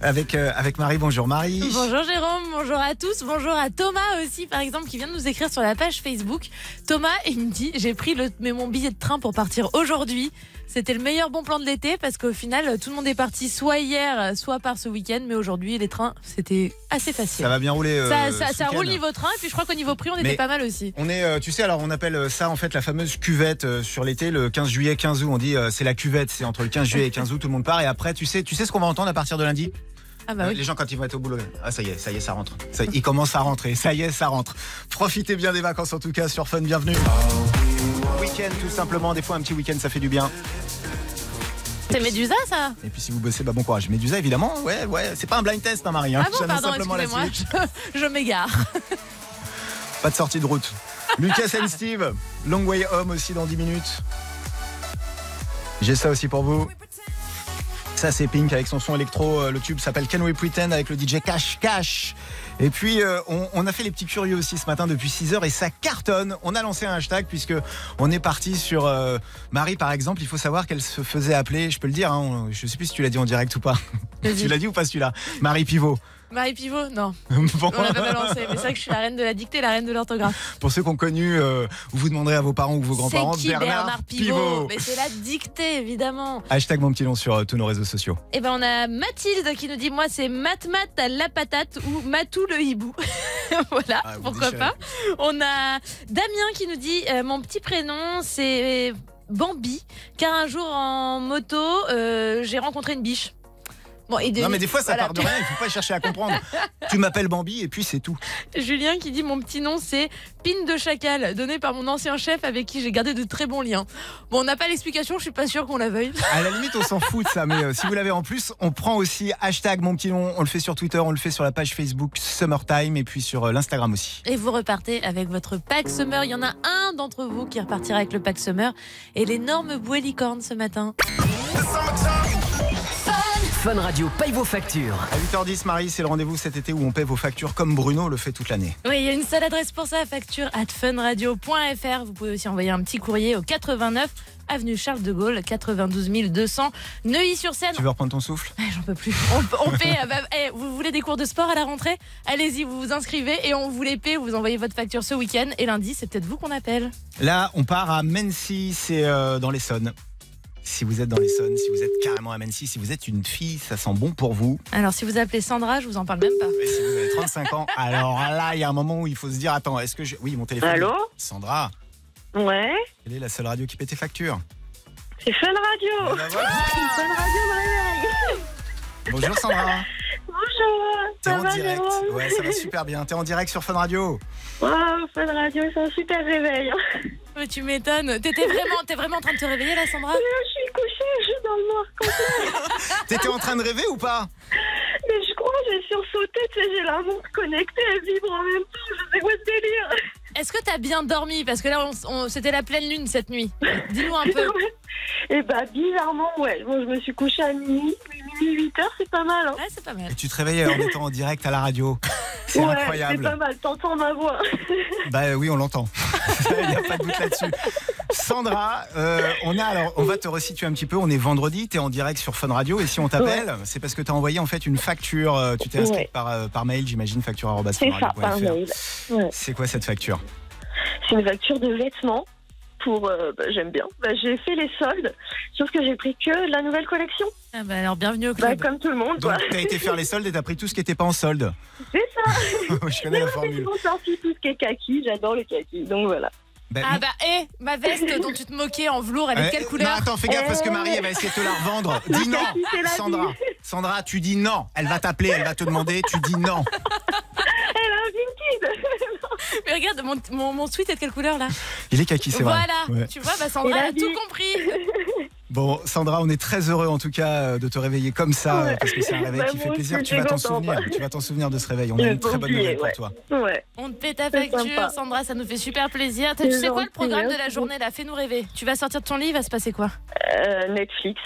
[SPEAKER 3] avec, euh, avec Marie, bonjour Marie.
[SPEAKER 1] Bonjour Jérôme, bonjour à tous, bonjour à Thomas aussi par exemple qui vient de nous écrire sur la page Facebook. Thomas, il me dit j'ai pris le, mais mon billet de train pour partir aujourd'hui. C'était le meilleur bon plan de l'été parce qu'au final tout le monde est parti soit hier, soit par ce week-end, mais aujourd'hui les trains c'était assez facile.
[SPEAKER 3] Ça va bien rouler. euh,
[SPEAKER 1] ça,
[SPEAKER 3] ce
[SPEAKER 1] ça- ça
[SPEAKER 3] week-end.
[SPEAKER 1] roule niveau train et puis je crois qu'au niveau prix on
[SPEAKER 3] Mais
[SPEAKER 1] était pas mal aussi.
[SPEAKER 3] On est, euh, tu sais, alors on appelle euh, ça en fait la fameuse cuvette euh, sur l'été, le 15 juillet, 15 août. On dit euh, c'est la cuvette, c'est entre le 15 juillet et 15 août, tout le monde part. Et après, tu sais, tu sais ce qu'on va entendre à partir de lundi
[SPEAKER 1] Ah bah
[SPEAKER 3] Euh,
[SPEAKER 1] oui.
[SPEAKER 3] Les gens quand ils vont être au boulot, ah ça y est, ça y est, ça rentre. Ça, ils commencent à rentrer, ça y est, ça rentre. Profitez bien des vacances en tout cas sur Fun, bienvenue. Week-end tout simplement, des fois un petit week-end ça fait du bien.
[SPEAKER 1] C'est Médusa ça
[SPEAKER 3] Et puis si vous bossez, bah bon courage. Médusa évidemment, ouais, ouais, c'est pas un blind test, hein, Marie. hein.
[SPEAKER 1] Ah bon
[SPEAKER 3] J'annonce
[SPEAKER 1] pardon
[SPEAKER 3] simplement la
[SPEAKER 1] excusez-moi,
[SPEAKER 3] suite.
[SPEAKER 1] je, je m'égare.
[SPEAKER 3] Pas de sortie de route. Lucas and Steve, Long Way Home aussi dans 10 minutes. J'ai ça aussi pour vous. Ça c'est Pink avec son son électro, Euh, le tube s'appelle Can We Pretend avec le DJ Cash Cash. Et puis euh, on, on a fait les petits curieux aussi ce matin depuis 6 heures et ça cartonne. On a lancé un hashtag puisque on est parti sur euh, Marie par exemple. Il faut savoir qu'elle se faisait appeler, je peux le dire, hein, on- je sais plus si tu l'as dit en direct ou pas.
[SPEAKER 1] Vas-y.
[SPEAKER 3] tu l'as dit ou pas celui-là Marie Pivot.
[SPEAKER 1] Marie Pivot, non.
[SPEAKER 3] Bon.
[SPEAKER 1] On l'a pas balancé, mais c'est vrai que je suis la reine de la dictée, la reine de l'orthographe.
[SPEAKER 3] Pour ceux qui ont connu, euh, vous demanderez à vos parents ou vos grands-parents
[SPEAKER 1] C'est qui Bernard, Pivot,
[SPEAKER 3] Pivot.
[SPEAKER 1] Mais c'est la dictée, évidemment.
[SPEAKER 3] Hashtag mon petit nom sur euh, tous nos réseaux sociaux.
[SPEAKER 1] Et ben on a Mathilde qui nous dit Moi, c'est Matmat la patate ou Matou le hibou. voilà,
[SPEAKER 3] Ah,
[SPEAKER 13] vous
[SPEAKER 1] pourquoi
[SPEAKER 13] déchirez.
[SPEAKER 1] pas. On a Damien qui nous dit euh, Mon petit prénom, c'est Bambi, car un jour en moto, euh, j'ai rencontré une biche. Bon, et de-
[SPEAKER 3] Non mais des fois ça
[SPEAKER 1] voilà.
[SPEAKER 3] part de rien, il faut pas chercher à comprendre. tu m'appelles Bambi et puis c'est tout.
[SPEAKER 1] Julien qui dit mon petit nom c'est Pine de Chacal, donné par mon ancien chef avec qui j'ai gardé de très bons liens. Bon, on n'a pas l'explication, je suis pas sûre qu'on la veuille.
[SPEAKER 3] À la limite on s'en fout de ça, mais euh, si vous l'avez en plus, on prend aussi hashtag mon petit nom, on le fait sur Twitter, on le fait sur la page Facebook Summertime et puis sur euh, l'Instagram aussi.
[SPEAKER 1] Et vous repartez avec votre pack summer. Il y en a un d'entre vous qui repartira avec le pack summer et l'énorme bouée licorne ce matin.
[SPEAKER 2] Fun Radio paye vos factures.
[SPEAKER 3] À 8h10 Marie, c'est le rendez-vous cet été où on paie vos factures comme Bruno le fait toute l'année.
[SPEAKER 1] Oui, il y a une seule adresse pour ça, facture at funradio.fr. Vous pouvez aussi envoyer un petit courrier au 89 avenue Charles de Gaulle, 92 200 Neuilly-sur-Seine.
[SPEAKER 3] Tu veux reprendre ton souffle
[SPEAKER 1] Eh, J'en peux plus. On, on paie. ah bah, eh, vous voulez des cours de sport à la rentrée Allez-y, vous vous inscrivez et on vous les paie. Vous envoyez votre facture ce week-end et lundi, c'est peut-être vous qu'on appelle.
[SPEAKER 3] Là, on part à Mency, c'est euh, dans l'Essonne. Si vous êtes dans l'Essonne, si vous êtes carrément à Mency, si vous êtes une fille, ça sent bon pour vous.
[SPEAKER 1] Alors, si vous appelez Sandra, je vous en parle même pas.
[SPEAKER 3] Et si vous avez 35 ans, alors là, il y a un moment où il faut se dire attends, est-ce que je... Oui, mon téléphone.
[SPEAKER 11] Allô
[SPEAKER 3] Sandra,
[SPEAKER 11] Ouais,
[SPEAKER 3] quelle est la seule radio qui paie tes factures Eh ben
[SPEAKER 11] c'est Fun Radio. Fun Radio, Marie.
[SPEAKER 3] Bonjour Sandra.
[SPEAKER 11] Bonjour.
[SPEAKER 3] T'es
[SPEAKER 11] Ça
[SPEAKER 3] en
[SPEAKER 11] va,
[SPEAKER 3] direct.
[SPEAKER 11] Jérôme
[SPEAKER 3] Ouais, ça va super bien. T'es en direct sur Fun Radio.
[SPEAKER 11] Waouh, Fun Radio, c'est un super réveil.
[SPEAKER 1] Ouais, Oh, tu m'étonnes. T'étais vraiment, t'es vraiment en train de te réveiller là, Sandra
[SPEAKER 11] Je suis couchée, je suis dans le noir complet.
[SPEAKER 3] T'étais en train de rêver ou pas
[SPEAKER 11] Mais je crois que j'ai sursauté, tu sais, j'ai la montre connectée, elle vibre en même temps, je sais quoi ce délire.
[SPEAKER 1] Est-ce que t'as bien dormi Parce que là, on s- on- c'était la pleine lune cette nuit. Dis-nous un peu.
[SPEAKER 11] Et bah, bizarrement, ouais. Bon, je me suis couchée à minuit, minuit 8h, c'est pas mal. Hein.
[SPEAKER 1] Ouais, c'est pas mal.
[SPEAKER 3] Et tu te réveilles en étant en direct à la radio. C'est
[SPEAKER 11] C'est pas
[SPEAKER 3] incroyable.
[SPEAKER 11] mal, t'entends ma voix.
[SPEAKER 3] Bah euh, oui, on l'entend. Il n'y a pas de doute là-dessus. Sandra, euh, on a alors, on va te resituer un petit peu. On est vendredi, t'es en direct sur Fun Radio et si on t'appelle, c'est parce que t'as envoyé en fait une facture. euh, Tu t'es inscrite
[SPEAKER 11] Ouais.
[SPEAKER 3] par, euh, par mail, j'imagine, facture
[SPEAKER 11] C'est ça, par mail. Ouais.
[SPEAKER 3] C'est quoi cette facture
[SPEAKER 11] C'est une facture de vêtements pour. euh, bah, J'aime bien. Bah, j'ai fait les soldes, sauf que j'ai pris que la nouvelle collection.
[SPEAKER 1] Ah bah alors, bienvenue au
[SPEAKER 11] Bah,
[SPEAKER 1] club.
[SPEAKER 11] comme tout le monde,
[SPEAKER 3] Eh ben, Donc
[SPEAKER 11] quoi.
[SPEAKER 3] t'as été faire les soldes et t'as pris tout ce qui n'était pas en solde.
[SPEAKER 11] C'est ça.
[SPEAKER 3] Je connais la
[SPEAKER 11] Ils
[SPEAKER 3] formule.
[SPEAKER 11] ont sorti tout ce qui est kaki, j'adore le kaki, donc voilà.
[SPEAKER 3] Bah,
[SPEAKER 1] Ah bah, hé, ma veste dont tu te moquais en velours, elle est de
[SPEAKER 3] Eh,
[SPEAKER 1] quelle couleur
[SPEAKER 3] non, attends, fais gaffe parce que Marie, elle va essayer de te la revendre.
[SPEAKER 1] La
[SPEAKER 3] Dis non,
[SPEAKER 1] carte, c'est la
[SPEAKER 3] Sandra.
[SPEAKER 1] vie.
[SPEAKER 3] Sandra, tu dis non. Elle va t'appeler, elle va te demander, tu dis non.
[SPEAKER 11] Elle a un vintage
[SPEAKER 1] Mais regarde, mon, mon, mon sweat est de quelle couleur là
[SPEAKER 3] Il est kaki, c'est vrai.
[SPEAKER 1] Voilà,
[SPEAKER 3] Ouais.
[SPEAKER 1] tu vois, bah Sandra
[SPEAKER 11] Et
[SPEAKER 1] elle
[SPEAKER 11] la
[SPEAKER 1] a
[SPEAKER 11] vie.
[SPEAKER 1] tout compris.
[SPEAKER 3] Bon, Sandra, on est très heureux en tout cas euh, de te réveiller comme ça, euh, parce que c'est un réveil
[SPEAKER 11] Bah,
[SPEAKER 3] qui
[SPEAKER 11] moi
[SPEAKER 3] fait
[SPEAKER 11] aussi,
[SPEAKER 3] plaisir. Tu
[SPEAKER 11] j'étais
[SPEAKER 3] vas t'en
[SPEAKER 11] contente.
[SPEAKER 3] souvenir. Tu vas t'en souvenir de ce réveil. On a une très bonne nouvelle pour toi.
[SPEAKER 11] Ouais.
[SPEAKER 1] On te paie ta
[SPEAKER 11] C'est
[SPEAKER 1] facture,
[SPEAKER 11] sympa.
[SPEAKER 1] Sandra, ça nous fait super plaisir.
[SPEAKER 11] C'est
[SPEAKER 1] Tu sais quoi le
[SPEAKER 11] gentil, hein.
[SPEAKER 1] programme de la
[SPEAKER 11] merci.
[SPEAKER 1] journée là Fais-nous rêver. Tu vas sortir de ton lit, il va se passer quoi
[SPEAKER 11] Euh, Netflix.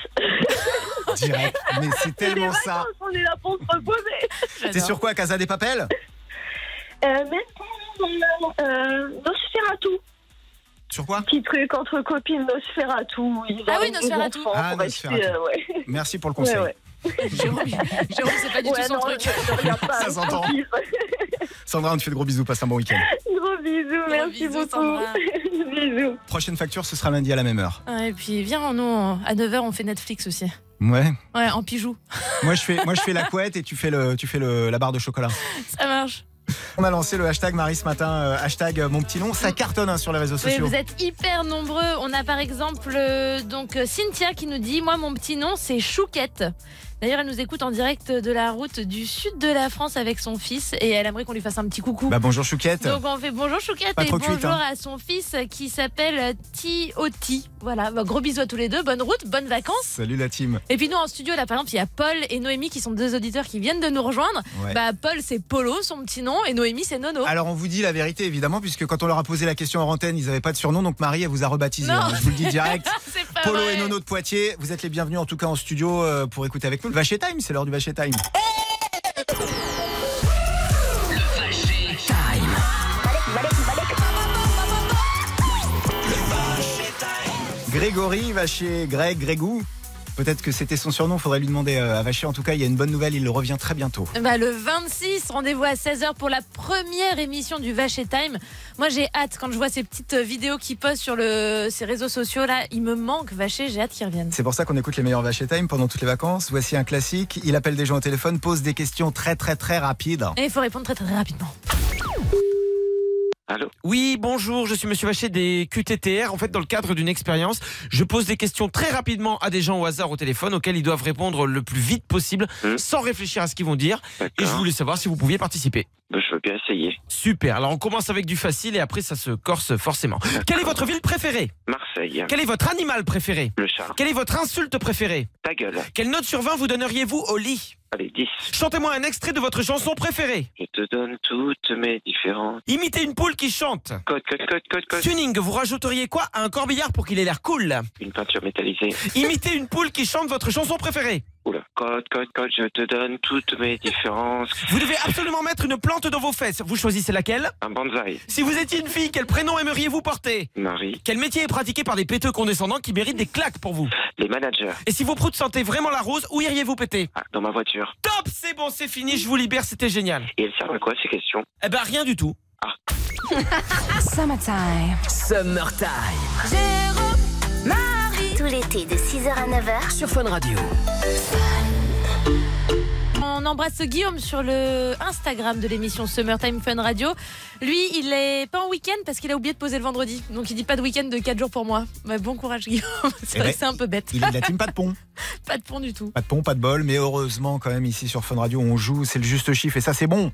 [SPEAKER 3] Direct. Mais c'est tellement ça.
[SPEAKER 11] On est là pour se reposer.
[SPEAKER 3] T'es sur quoi, Casa des Papels
[SPEAKER 11] Euh, mais non, non, non, non, euh, Nosferatu.
[SPEAKER 3] Sur quoi
[SPEAKER 11] Petit truc entre copines, Nosferatu. Ils
[SPEAKER 1] Ah oui,
[SPEAKER 11] arrivent aux
[SPEAKER 1] Nosferatu.
[SPEAKER 11] enfants
[SPEAKER 3] Ah,
[SPEAKER 11] pour acheter,
[SPEAKER 3] Nosferatu.
[SPEAKER 11] euh, ouais.
[SPEAKER 3] Merci pour le conseil.
[SPEAKER 11] Ouais,
[SPEAKER 1] Jérôme, c'est pas du
[SPEAKER 11] Ouais,
[SPEAKER 1] tout son
[SPEAKER 11] non,
[SPEAKER 1] truc.
[SPEAKER 11] je regarde pas.
[SPEAKER 3] Ça s'entend. Sandra, on te fait de gros bisous. Passe un bon week-end.
[SPEAKER 11] Gros bisous, merci
[SPEAKER 1] bisous,
[SPEAKER 11] beaucoup.
[SPEAKER 1] Sandra.
[SPEAKER 11] Bisous.
[SPEAKER 3] Prochaine facture, ce sera lundi à la même heure.
[SPEAKER 1] Ah, et puis viens, nous, on- à 9h, on fait Netflix aussi.
[SPEAKER 3] Ouais.
[SPEAKER 1] Ouais, en pigeou.
[SPEAKER 3] Moi, je fais, moi, je fais la couette et tu fais, le, tu fais le, la barre de chocolat.
[SPEAKER 1] Ça marche.
[SPEAKER 3] On a lancé le hashtag Marie ce matin, euh, hashtag euh, mon petit nom. Ça cartonne hein, sur les réseaux
[SPEAKER 1] Oui,
[SPEAKER 3] sociaux.
[SPEAKER 1] vous êtes hyper nombreux. On a par exemple euh, donc euh, Cynthia qui nous dit Moi, mon petit nom, c'est Chouquette. D'ailleurs, elle nous écoute en direct de la route du sud de la France avec son fils et elle aimerait qu'on lui fasse un petit coucou.
[SPEAKER 3] Bah, bonjour Chouquette.
[SPEAKER 1] Donc on fait bonjour Chouquette
[SPEAKER 3] Pas
[SPEAKER 1] et
[SPEAKER 3] trop
[SPEAKER 1] bonjour
[SPEAKER 3] cuite, hein.
[SPEAKER 1] à son fils qui s'appelle Tioti. Voilà, Bah, gros bisous à tous les deux, bonne route, bonnes vacances.
[SPEAKER 3] Salut la team.
[SPEAKER 1] Et puis nous en studio là par exemple il y a Paul et Noémie qui sont deux auditeurs qui viennent de nous rejoindre.
[SPEAKER 3] Ouais.
[SPEAKER 1] Bah Paul c'est Polo son petit nom et Noémie c'est Nono.
[SPEAKER 3] Alors on vous dit la vérité évidemment puisque quand on leur a posé la question en antenne ils n'avaient pas de surnom donc Marie elle vous a rebaptisé.
[SPEAKER 1] Non. Ah
[SPEAKER 3] hein. je vous le dis direct.
[SPEAKER 1] C'est pas
[SPEAKER 3] Polo
[SPEAKER 1] vrai.
[SPEAKER 3] et Nono de Poitiers, vous êtes les bienvenus en tout cas en studio euh, pour écouter avec nous le Vaché Time, c'est l'heure du Vaché Time. Grégory Vaché, Greg, Grégou. Peut-être que c'était son surnom, faudrait lui demander euh, à Vaché. En tout cas, il y a une bonne nouvelle, il revient très bientôt.
[SPEAKER 1] Bah, le 26, rendez-vous à 16h pour la première émission du Vaché Time. Moi, j'ai hâte quand je vois ces petites euh, vidéos qu'il poste sur le, ses réseaux sociaux là. Il me manque Vaché, j'ai hâte qu'il revienne.
[SPEAKER 3] C'est pour ça qu'on écoute les meilleurs Vaché Time pendant toutes les vacances. Voici un classique. Il appelle des gens au téléphone, pose des questions très très très rapides.
[SPEAKER 1] Et il faut répondre très très, très rapidement.
[SPEAKER 7] Allô Oui, bonjour, je suis Monsieur Vacher des QTTR. En fait, dans le cadre d'une expérience, je pose des questions très rapidement à des gens au hasard au téléphone auxquels ils doivent répondre le plus vite possible,
[SPEAKER 13] Mmh.
[SPEAKER 7] sans réfléchir à ce qu'ils vont dire. Et je voulais savoir si vous pouviez participer.
[SPEAKER 13] Bah, je veux bien essayer.
[SPEAKER 7] Super, alors on commence avec du facile et après ça se corse forcément. Quelle est votre ville préférée
[SPEAKER 13] Marseille.
[SPEAKER 7] Quel est votre animal préféré
[SPEAKER 13] Le chat.
[SPEAKER 7] Quelle est votre insulte préférée
[SPEAKER 13] Ta gueule.
[SPEAKER 7] Quelle note sur 20 vous donneriez-vous au lit
[SPEAKER 13] Allez, 10.
[SPEAKER 7] Chantez-moi un extrait de votre chanson préférée.
[SPEAKER 13] Je te donne toutes mes différences.
[SPEAKER 7] Imitez une poule qui chante.
[SPEAKER 13] Code, code, code, code, code.
[SPEAKER 7] Tuning, vous rajouteriez quoi à un corbillard pour qu'il ait l'air cool
[SPEAKER 13] Une peinture métallisée.
[SPEAKER 7] Imitez une poule qui chante votre chanson préférée.
[SPEAKER 13] Oula. Code, code, code. Je te donne toutes mes différences.
[SPEAKER 7] Vous devez absolument mettre une plante dans vos fesses. Vous choisissez laquelle
[SPEAKER 13] Un bonsaï.
[SPEAKER 7] Si vous étiez une fille, quel prénom aimeriez-vous porter
[SPEAKER 13] Marie.
[SPEAKER 7] Quel métier est pratiqué par des péteux condescendants qui méritent des claques pour vous
[SPEAKER 13] Les managers.
[SPEAKER 7] Et si vos proutes sentaient vraiment la rose, où iriez-vous péter
[SPEAKER 13] Ah, dans ma voiture.
[SPEAKER 7] Top, c'est bon, c'est fini, je vous libère, c'était génial.
[SPEAKER 13] Et elles servent à quoi ces questions
[SPEAKER 7] Eh ben rien du tout.
[SPEAKER 2] Summertime. Summertime.
[SPEAKER 10] Jérôme, Marie. Tout l'été de 6h à 9h.
[SPEAKER 2] Sur Fun Radio.
[SPEAKER 1] On embrasse Guillaume sur le Instagram de l'émission Summertime Fun Radio. Lui, il est pas en week-end parce qu'il a oublié de poser le vendredi. Donc il dit pas de week-end de 4 jours pour moi. Bah, bon courage Guillaume, c'est
[SPEAKER 3] Eh
[SPEAKER 1] vrai
[SPEAKER 3] ben,
[SPEAKER 1] que c'est un peu bête.
[SPEAKER 3] Il est de la team pas de pont.
[SPEAKER 1] Pas de pont du tout.
[SPEAKER 3] Pas de pont, pas de bol, mais heureusement quand même ici sur Fun Radio on joue, c'est le juste chiffre et ça c'est bon.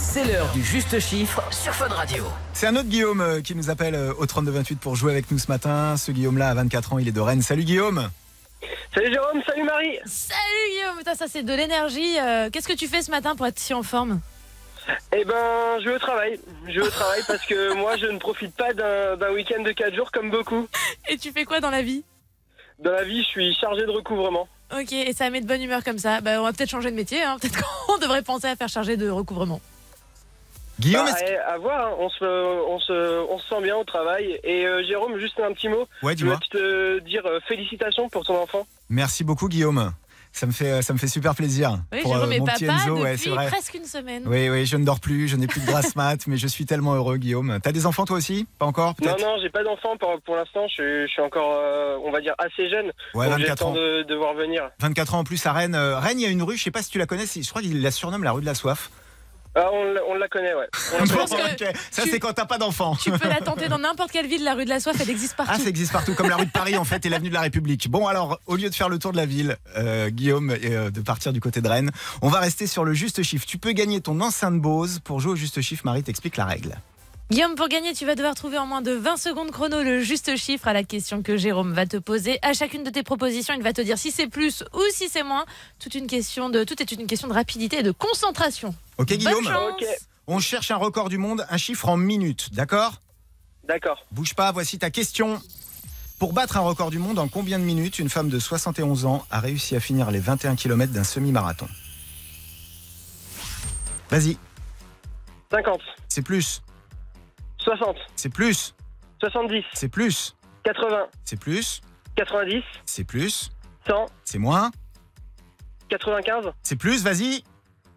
[SPEAKER 2] C'est l'heure du juste chiffre sur Fun Radio.
[SPEAKER 3] C'est un autre Guillaume euh, qui nous appelle euh, au 3228 pour jouer avec nous ce matin. Ce Guillaume-là a 24 ans, il est de Rennes. Salut Guillaume
[SPEAKER 1] Salut Jérôme, salut Marie. Salut Guillaume, Putain, ça c'est de l'énergie. Euh, Qu'est-ce que tu fais ce matin pour être si en forme
[SPEAKER 14] Eh ben, je vais au travail. Je vais au travail parce que moi, je ne profite pas d'un d'un week-end de 4 jours comme beaucoup.
[SPEAKER 1] Et tu fais quoi dans la vie
[SPEAKER 14] Dans la vie, je suis chargé de recouvrement.
[SPEAKER 1] Ok, et ça met de bonne humeur comme ça. Bah, on va peut-être changer de métier. hein. Peut-être qu'on devrait penser à faire charger de recouvrement.
[SPEAKER 3] Guillaume,
[SPEAKER 14] Bah, eh, à voir, hein. on, se, on, se, on se sent bien au travail. Et euh, Jérôme, juste un petit mot.
[SPEAKER 3] Ouais,
[SPEAKER 14] je voulais
[SPEAKER 3] dis-moi.
[SPEAKER 14] te dire euh, félicitations pour ton enfant.
[SPEAKER 3] Merci beaucoup Guillaume. Ça me fait, euh, ça me fait super plaisir.
[SPEAKER 1] Oui,
[SPEAKER 3] Pour, euh,
[SPEAKER 1] Jérôme est
[SPEAKER 3] mon
[SPEAKER 1] papa
[SPEAKER 3] petit Enzo, ouais,
[SPEAKER 1] depuis
[SPEAKER 3] c'est vrai.
[SPEAKER 1] presque une semaine.
[SPEAKER 3] Oui, oui, je ne dors plus, je n'ai plus de grasse mat, mais je suis tellement heureux, Guillaume. T'as des enfants toi aussi Pas encore
[SPEAKER 14] Non,
[SPEAKER 3] peut-être
[SPEAKER 14] non, j'ai pas d'enfant pour, pour l'instant. Je, je suis encore, euh, on va dire, assez jeune.
[SPEAKER 3] Ouais,
[SPEAKER 14] donc j'ai le
[SPEAKER 3] 24
[SPEAKER 14] temps
[SPEAKER 3] ans.
[SPEAKER 14] de, de voir venir.
[SPEAKER 3] 24 ans en plus à Rennes. Euh, Rennes, il y a une rue, je sais pas si tu la connais, c'est- je crois qu'il la surnomme la rue de la soif.
[SPEAKER 14] Ah, on, la- on la connaît, ouais. On la
[SPEAKER 3] Bon,
[SPEAKER 14] connaît.
[SPEAKER 3] ok, Ça, c'est quand t'as pas d'enfant.
[SPEAKER 1] Tu peux la tenter dans n'importe quelle ville, la rue de la soif, elle existe partout.
[SPEAKER 3] Ah, ça existe partout, comme la rue de Paris en fait et l'avenue de la République. Bon, alors, au lieu de faire le tour de la ville, euh, Guillaume, et euh, de partir du côté de Rennes, on va rester sur le juste chiffre. Tu peux gagner ton enceinte Bose pour jouer au juste chiffre. Marie t'explique la règle.
[SPEAKER 1] Guillaume, pour gagner, tu vas devoir trouver en moins de 20 secondes chrono le juste chiffre à la question que Jérôme va te poser. À chacune de tes propositions, il va te dire si c'est plus ou si c'est moins. Toute une question de, tout est une question de rapidité et de concentration.
[SPEAKER 3] Ok,
[SPEAKER 1] Bonne
[SPEAKER 3] Guillaume
[SPEAKER 1] chance.
[SPEAKER 3] On cherche un record du monde, un chiffre en minutes, d'accord
[SPEAKER 14] D'accord.
[SPEAKER 3] Bouge pas, voici ta question. Pour battre un record du monde, en combien de minutes une femme de 71 ans a réussi à finir les 21 km d'un semi-marathon Vas-y.
[SPEAKER 14] 50.
[SPEAKER 3] C'est plus.
[SPEAKER 14] 60.
[SPEAKER 3] C'est plus.
[SPEAKER 14] 70.
[SPEAKER 3] C'est plus.
[SPEAKER 14] 80.
[SPEAKER 3] C'est plus.
[SPEAKER 14] 90.
[SPEAKER 3] C'est plus.
[SPEAKER 14] 100.
[SPEAKER 3] C'est moins.
[SPEAKER 14] 95.
[SPEAKER 3] C'est plus, vas-y.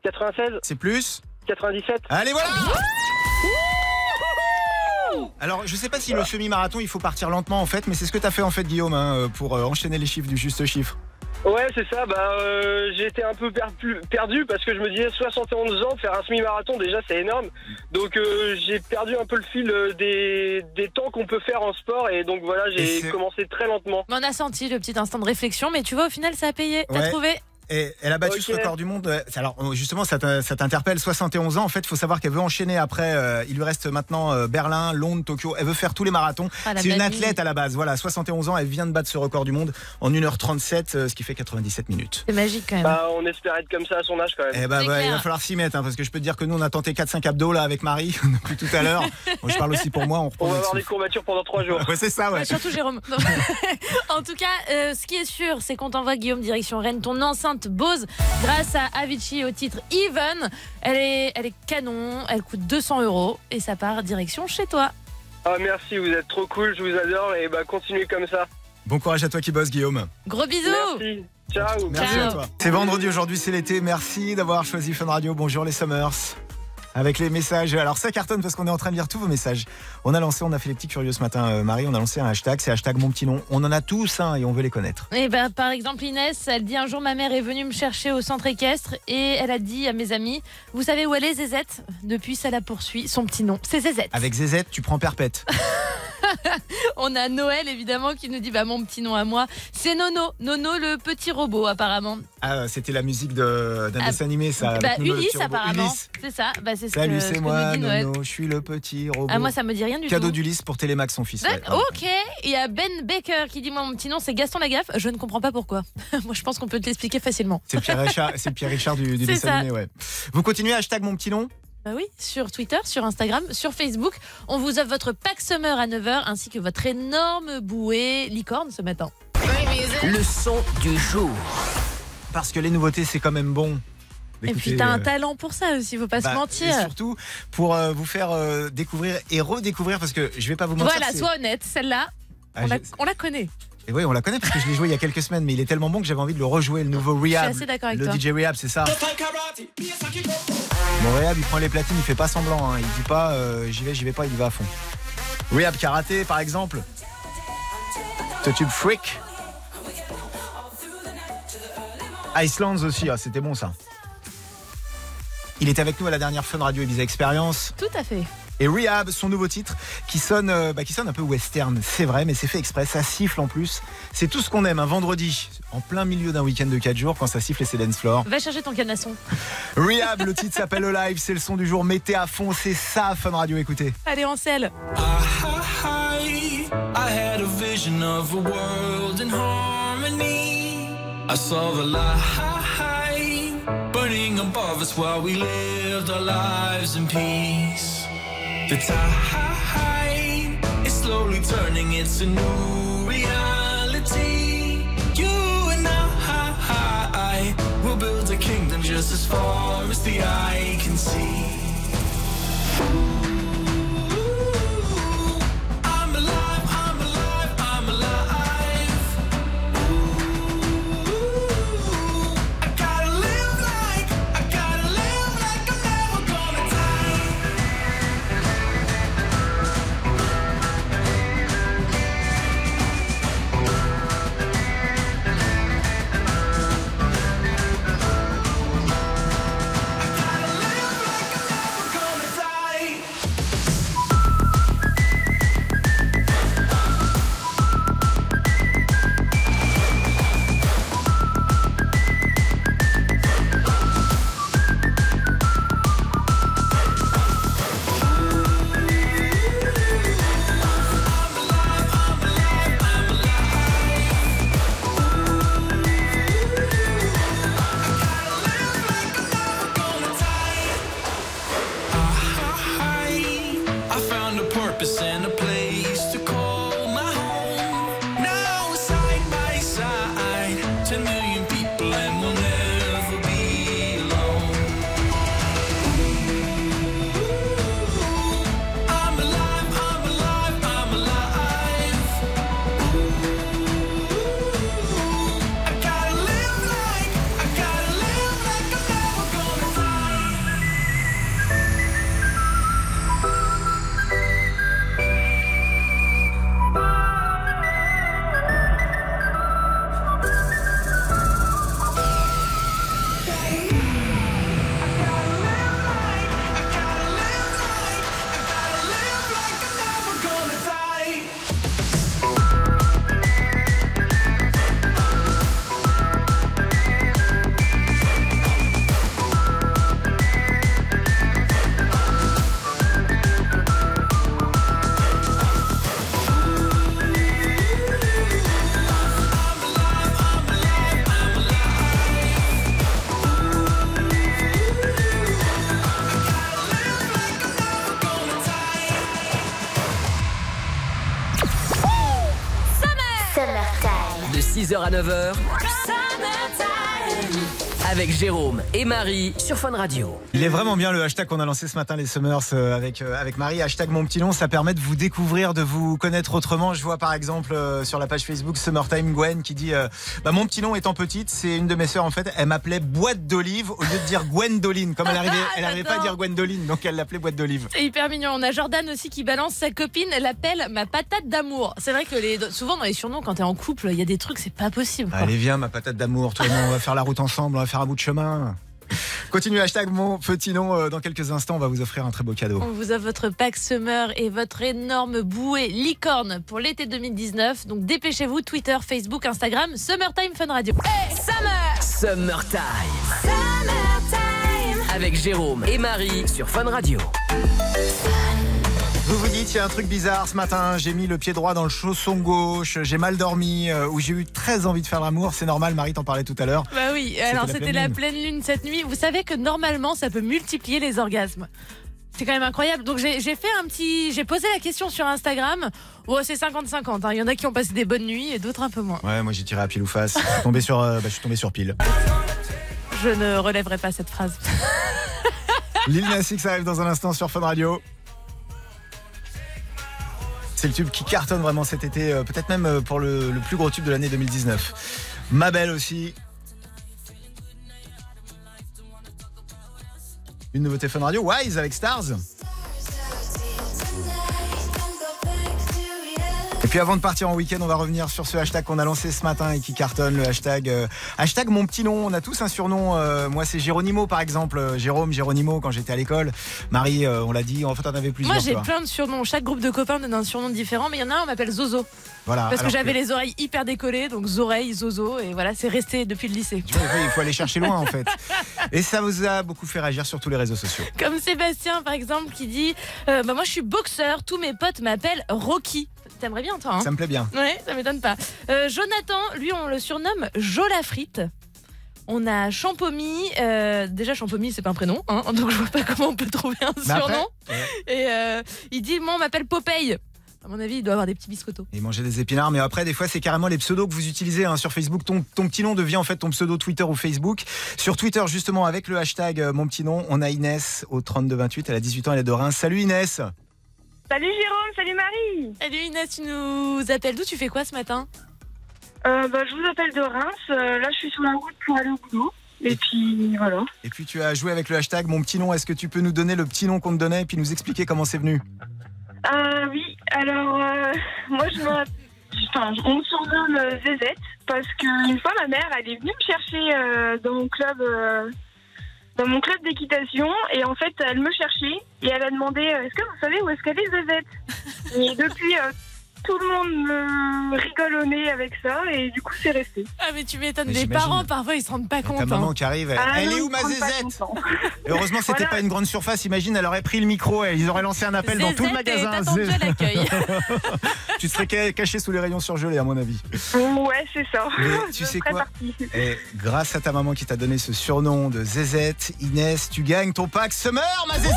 [SPEAKER 14] 96.
[SPEAKER 3] C'est plus.
[SPEAKER 14] 97.
[SPEAKER 3] Allez, voilà Alors, je sais pas si le semi-marathon, il faut partir lentement en fait, mais c'est ce que t'as fait en fait, Guillaume, hein, pour euh, enchaîner les chiffres du juste chiffre.
[SPEAKER 14] Ouais, c'est ça. Bah, euh, j'ai été un peu per- plus- perdu parce que je me disais 71 ans, faire un semi-marathon, déjà, c'est énorme. Donc, euh, j'ai perdu un peu le fil euh, des, des temps qu'on peut faire en sport. Et donc, voilà,
[SPEAKER 3] Et
[SPEAKER 14] j'ai
[SPEAKER 3] c'est-
[SPEAKER 14] commencé très lentement.
[SPEAKER 1] On a senti le petit instant de réflexion, mais tu vois, au final, ça a payé. T'as
[SPEAKER 3] Ouais.
[SPEAKER 1] trouvé
[SPEAKER 3] Et elle a battu ce
[SPEAKER 14] Ok.
[SPEAKER 3] record du monde. euh, Alors euh, justement, ça t'in- ça t'interpelle. 71 ans, en fait, il faut savoir qu'elle veut enchaîner après. euh, il lui reste maintenant euh, Berlin, Londres, Tokyo. Elle veut faire tous les marathons.
[SPEAKER 1] Ah, la
[SPEAKER 3] C'est une
[SPEAKER 1] mamie.
[SPEAKER 3] athlète à la base. Voilà, 71 ans, elle vient de battre ce record du monde en 1h37, euh, ce qui fait 97 minutes.
[SPEAKER 1] C'est magique quand même.
[SPEAKER 14] Bah, on espère être comme ça à son âge quand même.
[SPEAKER 3] Eh bah, bah, il va falloir s'y mettre, hein, parce que je peux te dire que nous, on a tenté 4-5 abdos là avec Marie depuis tout à l'heure. Bon, je parle aussi pour moi, on reprend
[SPEAKER 14] On va
[SPEAKER 3] notre
[SPEAKER 14] avoir des
[SPEAKER 3] souffle.
[SPEAKER 14] courbatures pendant 3 jours.
[SPEAKER 3] Ouais, c'est ça, ouais.
[SPEAKER 1] Ouais, surtout Jérôme. Non. en tout cas, euh, ce qui est sûr, c'est qu'on t'envoie Guillaume direction Rennes, ton enceinte Bose, grâce à Avicii au titre Even. Elle est, elle est canon, elle coûte 200 euros et ça part direction chez toi.
[SPEAKER 14] Ah, merci, vous êtes trop cool, je vous adore. Et bah, continuez comme ça.
[SPEAKER 3] Bon courage à toi qui bosse, Guillaume.
[SPEAKER 1] Gros bisous
[SPEAKER 14] Merci. Ciao.
[SPEAKER 3] Merci à toi. C'est vendredi aujourd'hui, c'est l'été. Merci d'avoir choisi Fun Radio. Bonjour les Summers. Avec les messages. Alors ça cartonne parce qu'on est en train de lire tous vos messages. On a lancé, on a fait les petits curieux ce matin, euh, Marie. On a lancé un hashtag, c'est hashtag mon petit nom. On en a tous un et on veut les connaître.
[SPEAKER 1] Et ben, par exemple, Inès, elle dit un jour ma mère est venue me chercher au centre équestre et elle a dit à mes amis Vous savez où elle est, Zézette Depuis, ça la poursuit. Son petit nom, c'est Zézette.
[SPEAKER 3] Avec Zézette, tu prends perpète.
[SPEAKER 1] On a Noël, évidemment, qui nous dit bah, Mon petit nom à moi, c'est Nono. Nono, le petit robot, apparemment.
[SPEAKER 3] Ah, c'était la musique de- d'un
[SPEAKER 1] Ah,
[SPEAKER 3] dessin animé, ça. avec
[SPEAKER 1] Bah,
[SPEAKER 3] le petit
[SPEAKER 1] Ulysse,
[SPEAKER 3] robot.
[SPEAKER 1] apparemment.
[SPEAKER 3] Ulysse.
[SPEAKER 1] C'est ça. Bah, c'est ce que-
[SPEAKER 3] Salut,
[SPEAKER 1] ce que
[SPEAKER 3] c'est
[SPEAKER 1] nous
[SPEAKER 3] moi,
[SPEAKER 1] dit Noël.
[SPEAKER 3] Nono. Je suis le petit robot.
[SPEAKER 1] Ah, moi, ça me dit rien du
[SPEAKER 3] Cadeau
[SPEAKER 1] tout.
[SPEAKER 3] d'Ulysse pour Télémax, son fils. ouais.
[SPEAKER 1] D'accord, Ok, il y a Ben Baker qui dit Moi, mon petit nom, c'est Gaston Lagaffe. Je ne comprends pas pourquoi. moi, je pense qu'on peut te l'expliquer facilement.
[SPEAKER 3] C'est Pierre Richard, c'est Pierre Richard du, du
[SPEAKER 1] C'est
[SPEAKER 3] dessin
[SPEAKER 1] ça.
[SPEAKER 3] animé, ouais. Vous continuez, hashtag mon petit nom
[SPEAKER 1] Bah oui, sur Twitter, sur Instagram, sur Facebook. On vous offre votre pack summer à 9h ainsi que votre énorme bouée licorne ce matin.
[SPEAKER 2] Le son du jour.
[SPEAKER 3] Parce que les nouveautés, c'est quand même bon. Bah,
[SPEAKER 1] Et puis t'as un talent pour ça aussi, faut pas se mentir.
[SPEAKER 3] euh, Et surtout pour euh, vous faire euh, découvrir et redécouvrir, parce que je vais pas vous mentir.
[SPEAKER 1] Voilà,
[SPEAKER 3] c'est-
[SPEAKER 1] sois honnête, celle-là,
[SPEAKER 3] Ah,
[SPEAKER 1] on, la,
[SPEAKER 3] j'ai-
[SPEAKER 1] on la connaît.
[SPEAKER 3] Et oui, on la connaît parce que je l'ai joué il y a quelques semaines, mais il est tellement bon que j'avais envie de le rejouer, le nouveau
[SPEAKER 1] suis
[SPEAKER 3] Rehab.
[SPEAKER 1] assez d'accord avec
[SPEAKER 3] le
[SPEAKER 1] toi.
[SPEAKER 3] DJ Rehab, c'est ça. Mon Rehab, il prend les platines, il fait pas semblant. hein. Il dit pas euh, j'y vais, j'y vais pas, il y va à fond. Rehab Karaté, par exemple. Ce tube Freak. Icelands aussi, ah, c'était bon ça. Il était avec nous à la dernière Fun Radio Ibiza Experience
[SPEAKER 1] Tout à fait.
[SPEAKER 3] et Rehab, son nouveau titre, qui sonne, euh, bah, qui sonne un peu western, c'est vrai, mais c'est fait exprès, ça siffle en plus. C'est tout ce qu'on aime, un vendredi, en plein milieu d'un week-end de 4 jours, quand ça siffle et c'est dance floor.
[SPEAKER 1] Va chercher ton canasson.
[SPEAKER 3] Rehab, le titre s'appelle Live, c'est le son du jour, mettez à fond, c'est ça, Fun Radio, écoutez.
[SPEAKER 1] Allez, en selle.
[SPEAKER 12] I had a vision of a world in harmony. I saw the light burning above us while we lived our lives in peace. The tide is slowly turning, it's a new reality. You and I will build a kingdom just as far as the eye can see. I'm alive, I'm alive, I'm alive. Ooh, I gotta live like, I gotta live like I'm never gonna die. I gotta live like I'm never gonna die.
[SPEAKER 2] 6h à 9h avec Jérôme et Marie sur Fun Radio.
[SPEAKER 3] Il est vraiment bien le hashtag qu'on a lancé ce matin, les Summers, euh, avec, euh, avec Marie. Hashtag mon petit nom, ça permet de vous découvrir, de vous connaître autrement. Je vois par exemple euh, sur la page Facebook Summertime Gwen qui dit euh, bah, Mon petit nom étant petite, c'est une de mes sœurs en fait, elle m'appelait Boîte d'Olive au lieu de dire Gwendoline. Comme elle arrivait, elle arrivait pas à dire Gwendoline, donc elle l'appelait Boîte d'Olive.
[SPEAKER 1] C'est hyper mignon. On a Jordan aussi qui balance sa copine, elle appelle ma patate d'amour. C'est vrai que les, souvent dans les surnoms, quand t'es en couple, il y a des trucs, c'est pas possible. quoi.
[SPEAKER 3] Allez, viens, ma patate d'amour, toi et moi, on va faire la route ensemble, on va faire un bout de chemin. Continue hashtag mon petit nom. euh, Dans quelques instants, on va vous offrir un très beau cadeau.
[SPEAKER 1] On vous offre votre pack Summer et votre énorme bouée licorne pour l'été 2019. Donc dépêchez-vous, Twitter, Facebook, Instagram, Summertime Fun Radio. Summer
[SPEAKER 2] Summertime. Avec Jérôme et Marie sur Fun Radio.
[SPEAKER 3] Vous vous dites, il y a un truc bizarre ce matin, j'ai mis le pied droit dans le chausson gauche, j'ai mal dormi, euh, ou j'ai eu très envie de faire l'amour, c'est normal, Marie t'en parlait tout à l'heure.
[SPEAKER 1] Bah oui,
[SPEAKER 3] C'était
[SPEAKER 1] alors
[SPEAKER 3] la
[SPEAKER 1] c'était
[SPEAKER 3] pleine
[SPEAKER 1] la
[SPEAKER 3] lune.
[SPEAKER 1] pleine lune cette nuit. Vous savez que normalement, ça peut multiplier les orgasmes. C'est quand même incroyable. Donc j'ai j'ai fait un petit. J'ai posé la question sur Instagram. Oh, c'est 50-50. hein. Il y en a qui ont passé des bonnes nuits et d'autres un peu moins.
[SPEAKER 3] Ouais, moi j'ai tiré à pile ou face, je suis tombé sur, euh, bah, je suis tombé sur pile.
[SPEAKER 1] Je ne relèverai pas cette phrase.
[SPEAKER 3] Lil Nas X arrive dans un instant sur Fun Radio. C'est le tube qui cartonne vraiment cet été, euh, peut-être même euh, pour le, le plus gros tube de l'année 2019. Ma belle aussi. Une nouveauté Fun Radio, Wise avec Stars. Et puis avant de partir en week-end, on va revenir sur ce hashtag qu'on a lancé ce matin et qui cartonne, le hashtag, euh, hashtag mon petit nom. On a tous un surnom. euh, moi, c'est Géronimo, par exemple. Euh, Jérôme, Géronimo, quand j'étais à l'école. Marie, euh, on l'a dit, en fait, on avait plusieurs.
[SPEAKER 1] Moi, j'ai
[SPEAKER 3] toi.
[SPEAKER 1] plein de surnoms. Chaque groupe de copains donne un surnom différent, mais il y en a un, on m'appelle Zozo.
[SPEAKER 3] Voilà.
[SPEAKER 1] Parce que
[SPEAKER 3] Ah, alors
[SPEAKER 1] j'avais les oreilles hyper décollées, donc oreilles, Zozo, et voilà, c'est resté depuis le lycée.
[SPEAKER 3] Tu vois, Il faut aller chercher loin, en fait. Et ça vous a beaucoup fait réagir sur tous les réseaux sociaux.
[SPEAKER 1] Comme Sébastien, par exemple, qui dit euh, bah, Moi, je suis boxeur, tous mes potes m'appellent Rocky. T'aimerais bien, toi hein
[SPEAKER 3] Ça me plaît bien.
[SPEAKER 1] Ouais, ça m'étonne pas. Euh, Jonathan, lui, on le surnomme Jolafrite. On a Champomy. euh, déjà, Champomy, c'est pas un prénom, hein, donc je vois pas comment on peut trouver un
[SPEAKER 3] Mais après,
[SPEAKER 1] surnom. Et euh, il dit Moi, on m'appelle Popeye. À mon avis, il doit avoir des petits biscottos.
[SPEAKER 3] Et manger des épinards, mais après, des fois, c'est carrément les pseudos que vous utilisez hein, sur Facebook. Ton, ton petit nom devient en fait ton pseudo Twitter ou Facebook. Sur Twitter, justement, avec le hashtag euh, mon petit nom, on a Inès au 3228. Elle a 18 ans, elle est de Reims. Salut Inès
[SPEAKER 11] Salut Jérôme, salut Marie
[SPEAKER 1] Salut Inès, Eh, tu nous appelles d'où Tu fais quoi ce matin
[SPEAKER 11] Euh, bah, Je vous appelle de Reims, Euh, là je suis sur la route pour aller au boulot. Et puis voilà.
[SPEAKER 3] Et puis tu as joué avec le hashtag mon petit nom. Est-ce que tu peux nous donner le petit nom qu'on te donnait et puis nous expliquer comment c'est venu
[SPEAKER 11] Euh, oui, alors euh, moi je m'appelle. Enfin, on me surnomme euh, Zézette parce qu'une fois ma mère elle est venue me chercher euh, dans mon club euh, dans mon club d'équitation et en fait elle me cherchait et elle a demandé euh, est-ce que vous savez où est-ce qu'elle est Zézette Et depuis euh, tout le monde me rigole au nez avec ça et du coup c'est resté.
[SPEAKER 3] Euh,
[SPEAKER 1] Ah, mais tu m'étonnes,
[SPEAKER 3] Mais
[SPEAKER 1] les
[SPEAKER 3] j'imagine.
[SPEAKER 1] parents parfois ils se rendent pas compte.
[SPEAKER 3] Ta maman
[SPEAKER 1] hein.
[SPEAKER 3] qui arrive, elle,
[SPEAKER 11] Ah
[SPEAKER 3] elle est où ma zézette Et Heureusement, c'était
[SPEAKER 1] Voilà.
[SPEAKER 3] pas une grande surface. Imagine, elle aurait pris le micro et ils auraient lancé un appel dans tout le
[SPEAKER 1] Zézette est
[SPEAKER 3] magasin.
[SPEAKER 1] attendue à l'accueil.
[SPEAKER 3] tu serais ca- caché sous les rayons surgelés, à mon avis.
[SPEAKER 11] Ouais, c'est ça.
[SPEAKER 3] Mais tu sais
[SPEAKER 11] Très
[SPEAKER 3] quoi
[SPEAKER 11] partie.
[SPEAKER 3] Et grâce à ta maman qui t'a donné ce surnom de Zézette, Inès, tu gagnes ton pack Summer, ma Zézette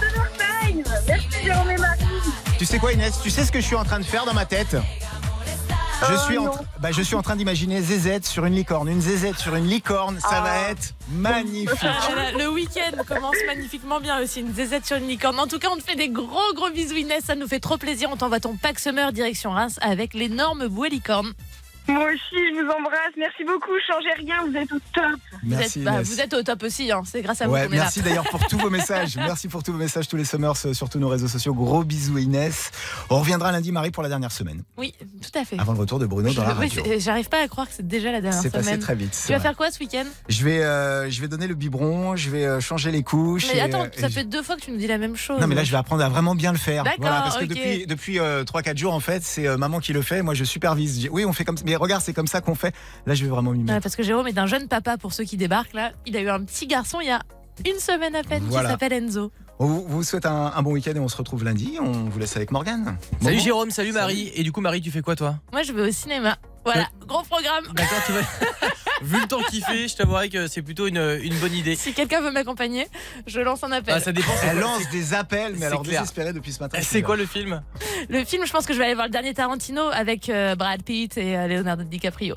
[SPEAKER 11] Summertime Merci Jérôme et Marie
[SPEAKER 3] Tu sais quoi, Inès Tu sais ce que je suis en train de faire dans ma tête je
[SPEAKER 11] Euh,
[SPEAKER 3] suis, en
[SPEAKER 11] non.
[SPEAKER 3] tra- bah, je suis en train d'imaginer Zézette sur une licorne, une Zézette sur une licorne, ça
[SPEAKER 11] Ah.
[SPEAKER 3] va être magnifique.
[SPEAKER 1] Ah là là, le week-end commence magnifiquement bien aussi, une zézette sur une licorne. En tout cas, on te fait des gros gros bisous Inès, ça nous fait trop plaisir. On t'envoie ton pack summer direction Reims avec l'énorme bouée licorne.
[SPEAKER 11] Moi aussi, je vous embrasse. Merci beaucoup. Changez rien, vous êtes au top.
[SPEAKER 1] vous,
[SPEAKER 3] Merci,
[SPEAKER 1] êtes, bah,
[SPEAKER 3] Inès.
[SPEAKER 1] vous êtes au top aussi, hein. c'est grâce à
[SPEAKER 3] Ouais,
[SPEAKER 1] vous qu'on est là.
[SPEAKER 3] merci d'ailleurs pour tous vos messages. Merci pour tous vos messages, tous les summers euh, sur tous nos réseaux sociaux. Gros bisous Inès. On reviendra lundi Marie pour la dernière semaine,
[SPEAKER 1] Oui, tout à fait.
[SPEAKER 3] avant le retour de Bruno
[SPEAKER 1] Je-
[SPEAKER 3] dans la
[SPEAKER 1] oui,
[SPEAKER 3] radio.
[SPEAKER 1] c'est- J'arrive pas à croire que c'est déjà la dernière
[SPEAKER 3] C'est
[SPEAKER 1] semaine.
[SPEAKER 3] passé très vite,
[SPEAKER 1] Tu
[SPEAKER 3] c'est
[SPEAKER 1] vas
[SPEAKER 3] vrai.
[SPEAKER 1] faire quoi ce week-end
[SPEAKER 3] Je vais, euh, je vais donner le biberon, je vais euh, changer les couches.
[SPEAKER 1] Mais
[SPEAKER 3] et,
[SPEAKER 1] attends,
[SPEAKER 3] euh,
[SPEAKER 1] ça
[SPEAKER 3] et
[SPEAKER 1] fait deux fois que tu nous dis la même chose.
[SPEAKER 3] Non mais là je vais apprendre à vraiment bien le faire.
[SPEAKER 1] D'accord,
[SPEAKER 3] Voilà, parce
[SPEAKER 1] ok.
[SPEAKER 3] que depuis depuis euh, 3-4 jours en fait c'est euh, maman qui le fait, moi je supervise. Je dis, oui on fait comme ça, mais regarde c'est comme ça qu'on fait. Là je vais vraiment m'y
[SPEAKER 1] Ouais,
[SPEAKER 3] mettre.
[SPEAKER 1] parce que Jérôme est un jeune papa pour ceux qui débarquent là. Il a eu un petit garçon il y a une semaine à peine
[SPEAKER 3] Voilà.
[SPEAKER 1] qui s'appelle Enzo.
[SPEAKER 3] On vous, vous souhaite un, un bon week-end et on se retrouve lundi. On vous laisse avec Morgane.
[SPEAKER 15] Salut
[SPEAKER 3] Bon.
[SPEAKER 15] Jérôme, salut Marie. Et du coup, Marie, tu fais quoi toi
[SPEAKER 1] Moi je vais au cinéma. Voilà, gros programme.
[SPEAKER 15] D'accord, tu vas. Vu le temps qu'il fait, je t'avouerai que c'est plutôt une, une bonne idée.
[SPEAKER 1] Si quelqu'un veut m'accompagner, je lance un appel.
[SPEAKER 15] Ah, ça dépend.
[SPEAKER 3] Elle lance des appels mais
[SPEAKER 15] C'est
[SPEAKER 3] alors
[SPEAKER 15] clair.
[SPEAKER 3] désespérée depuis ce matin.
[SPEAKER 15] C'est quoi le film
[SPEAKER 1] le film, je pense que je vais aller voir le dernier Tarantino avec euh, Brad Pitt et euh, Leonardo DiCaprio.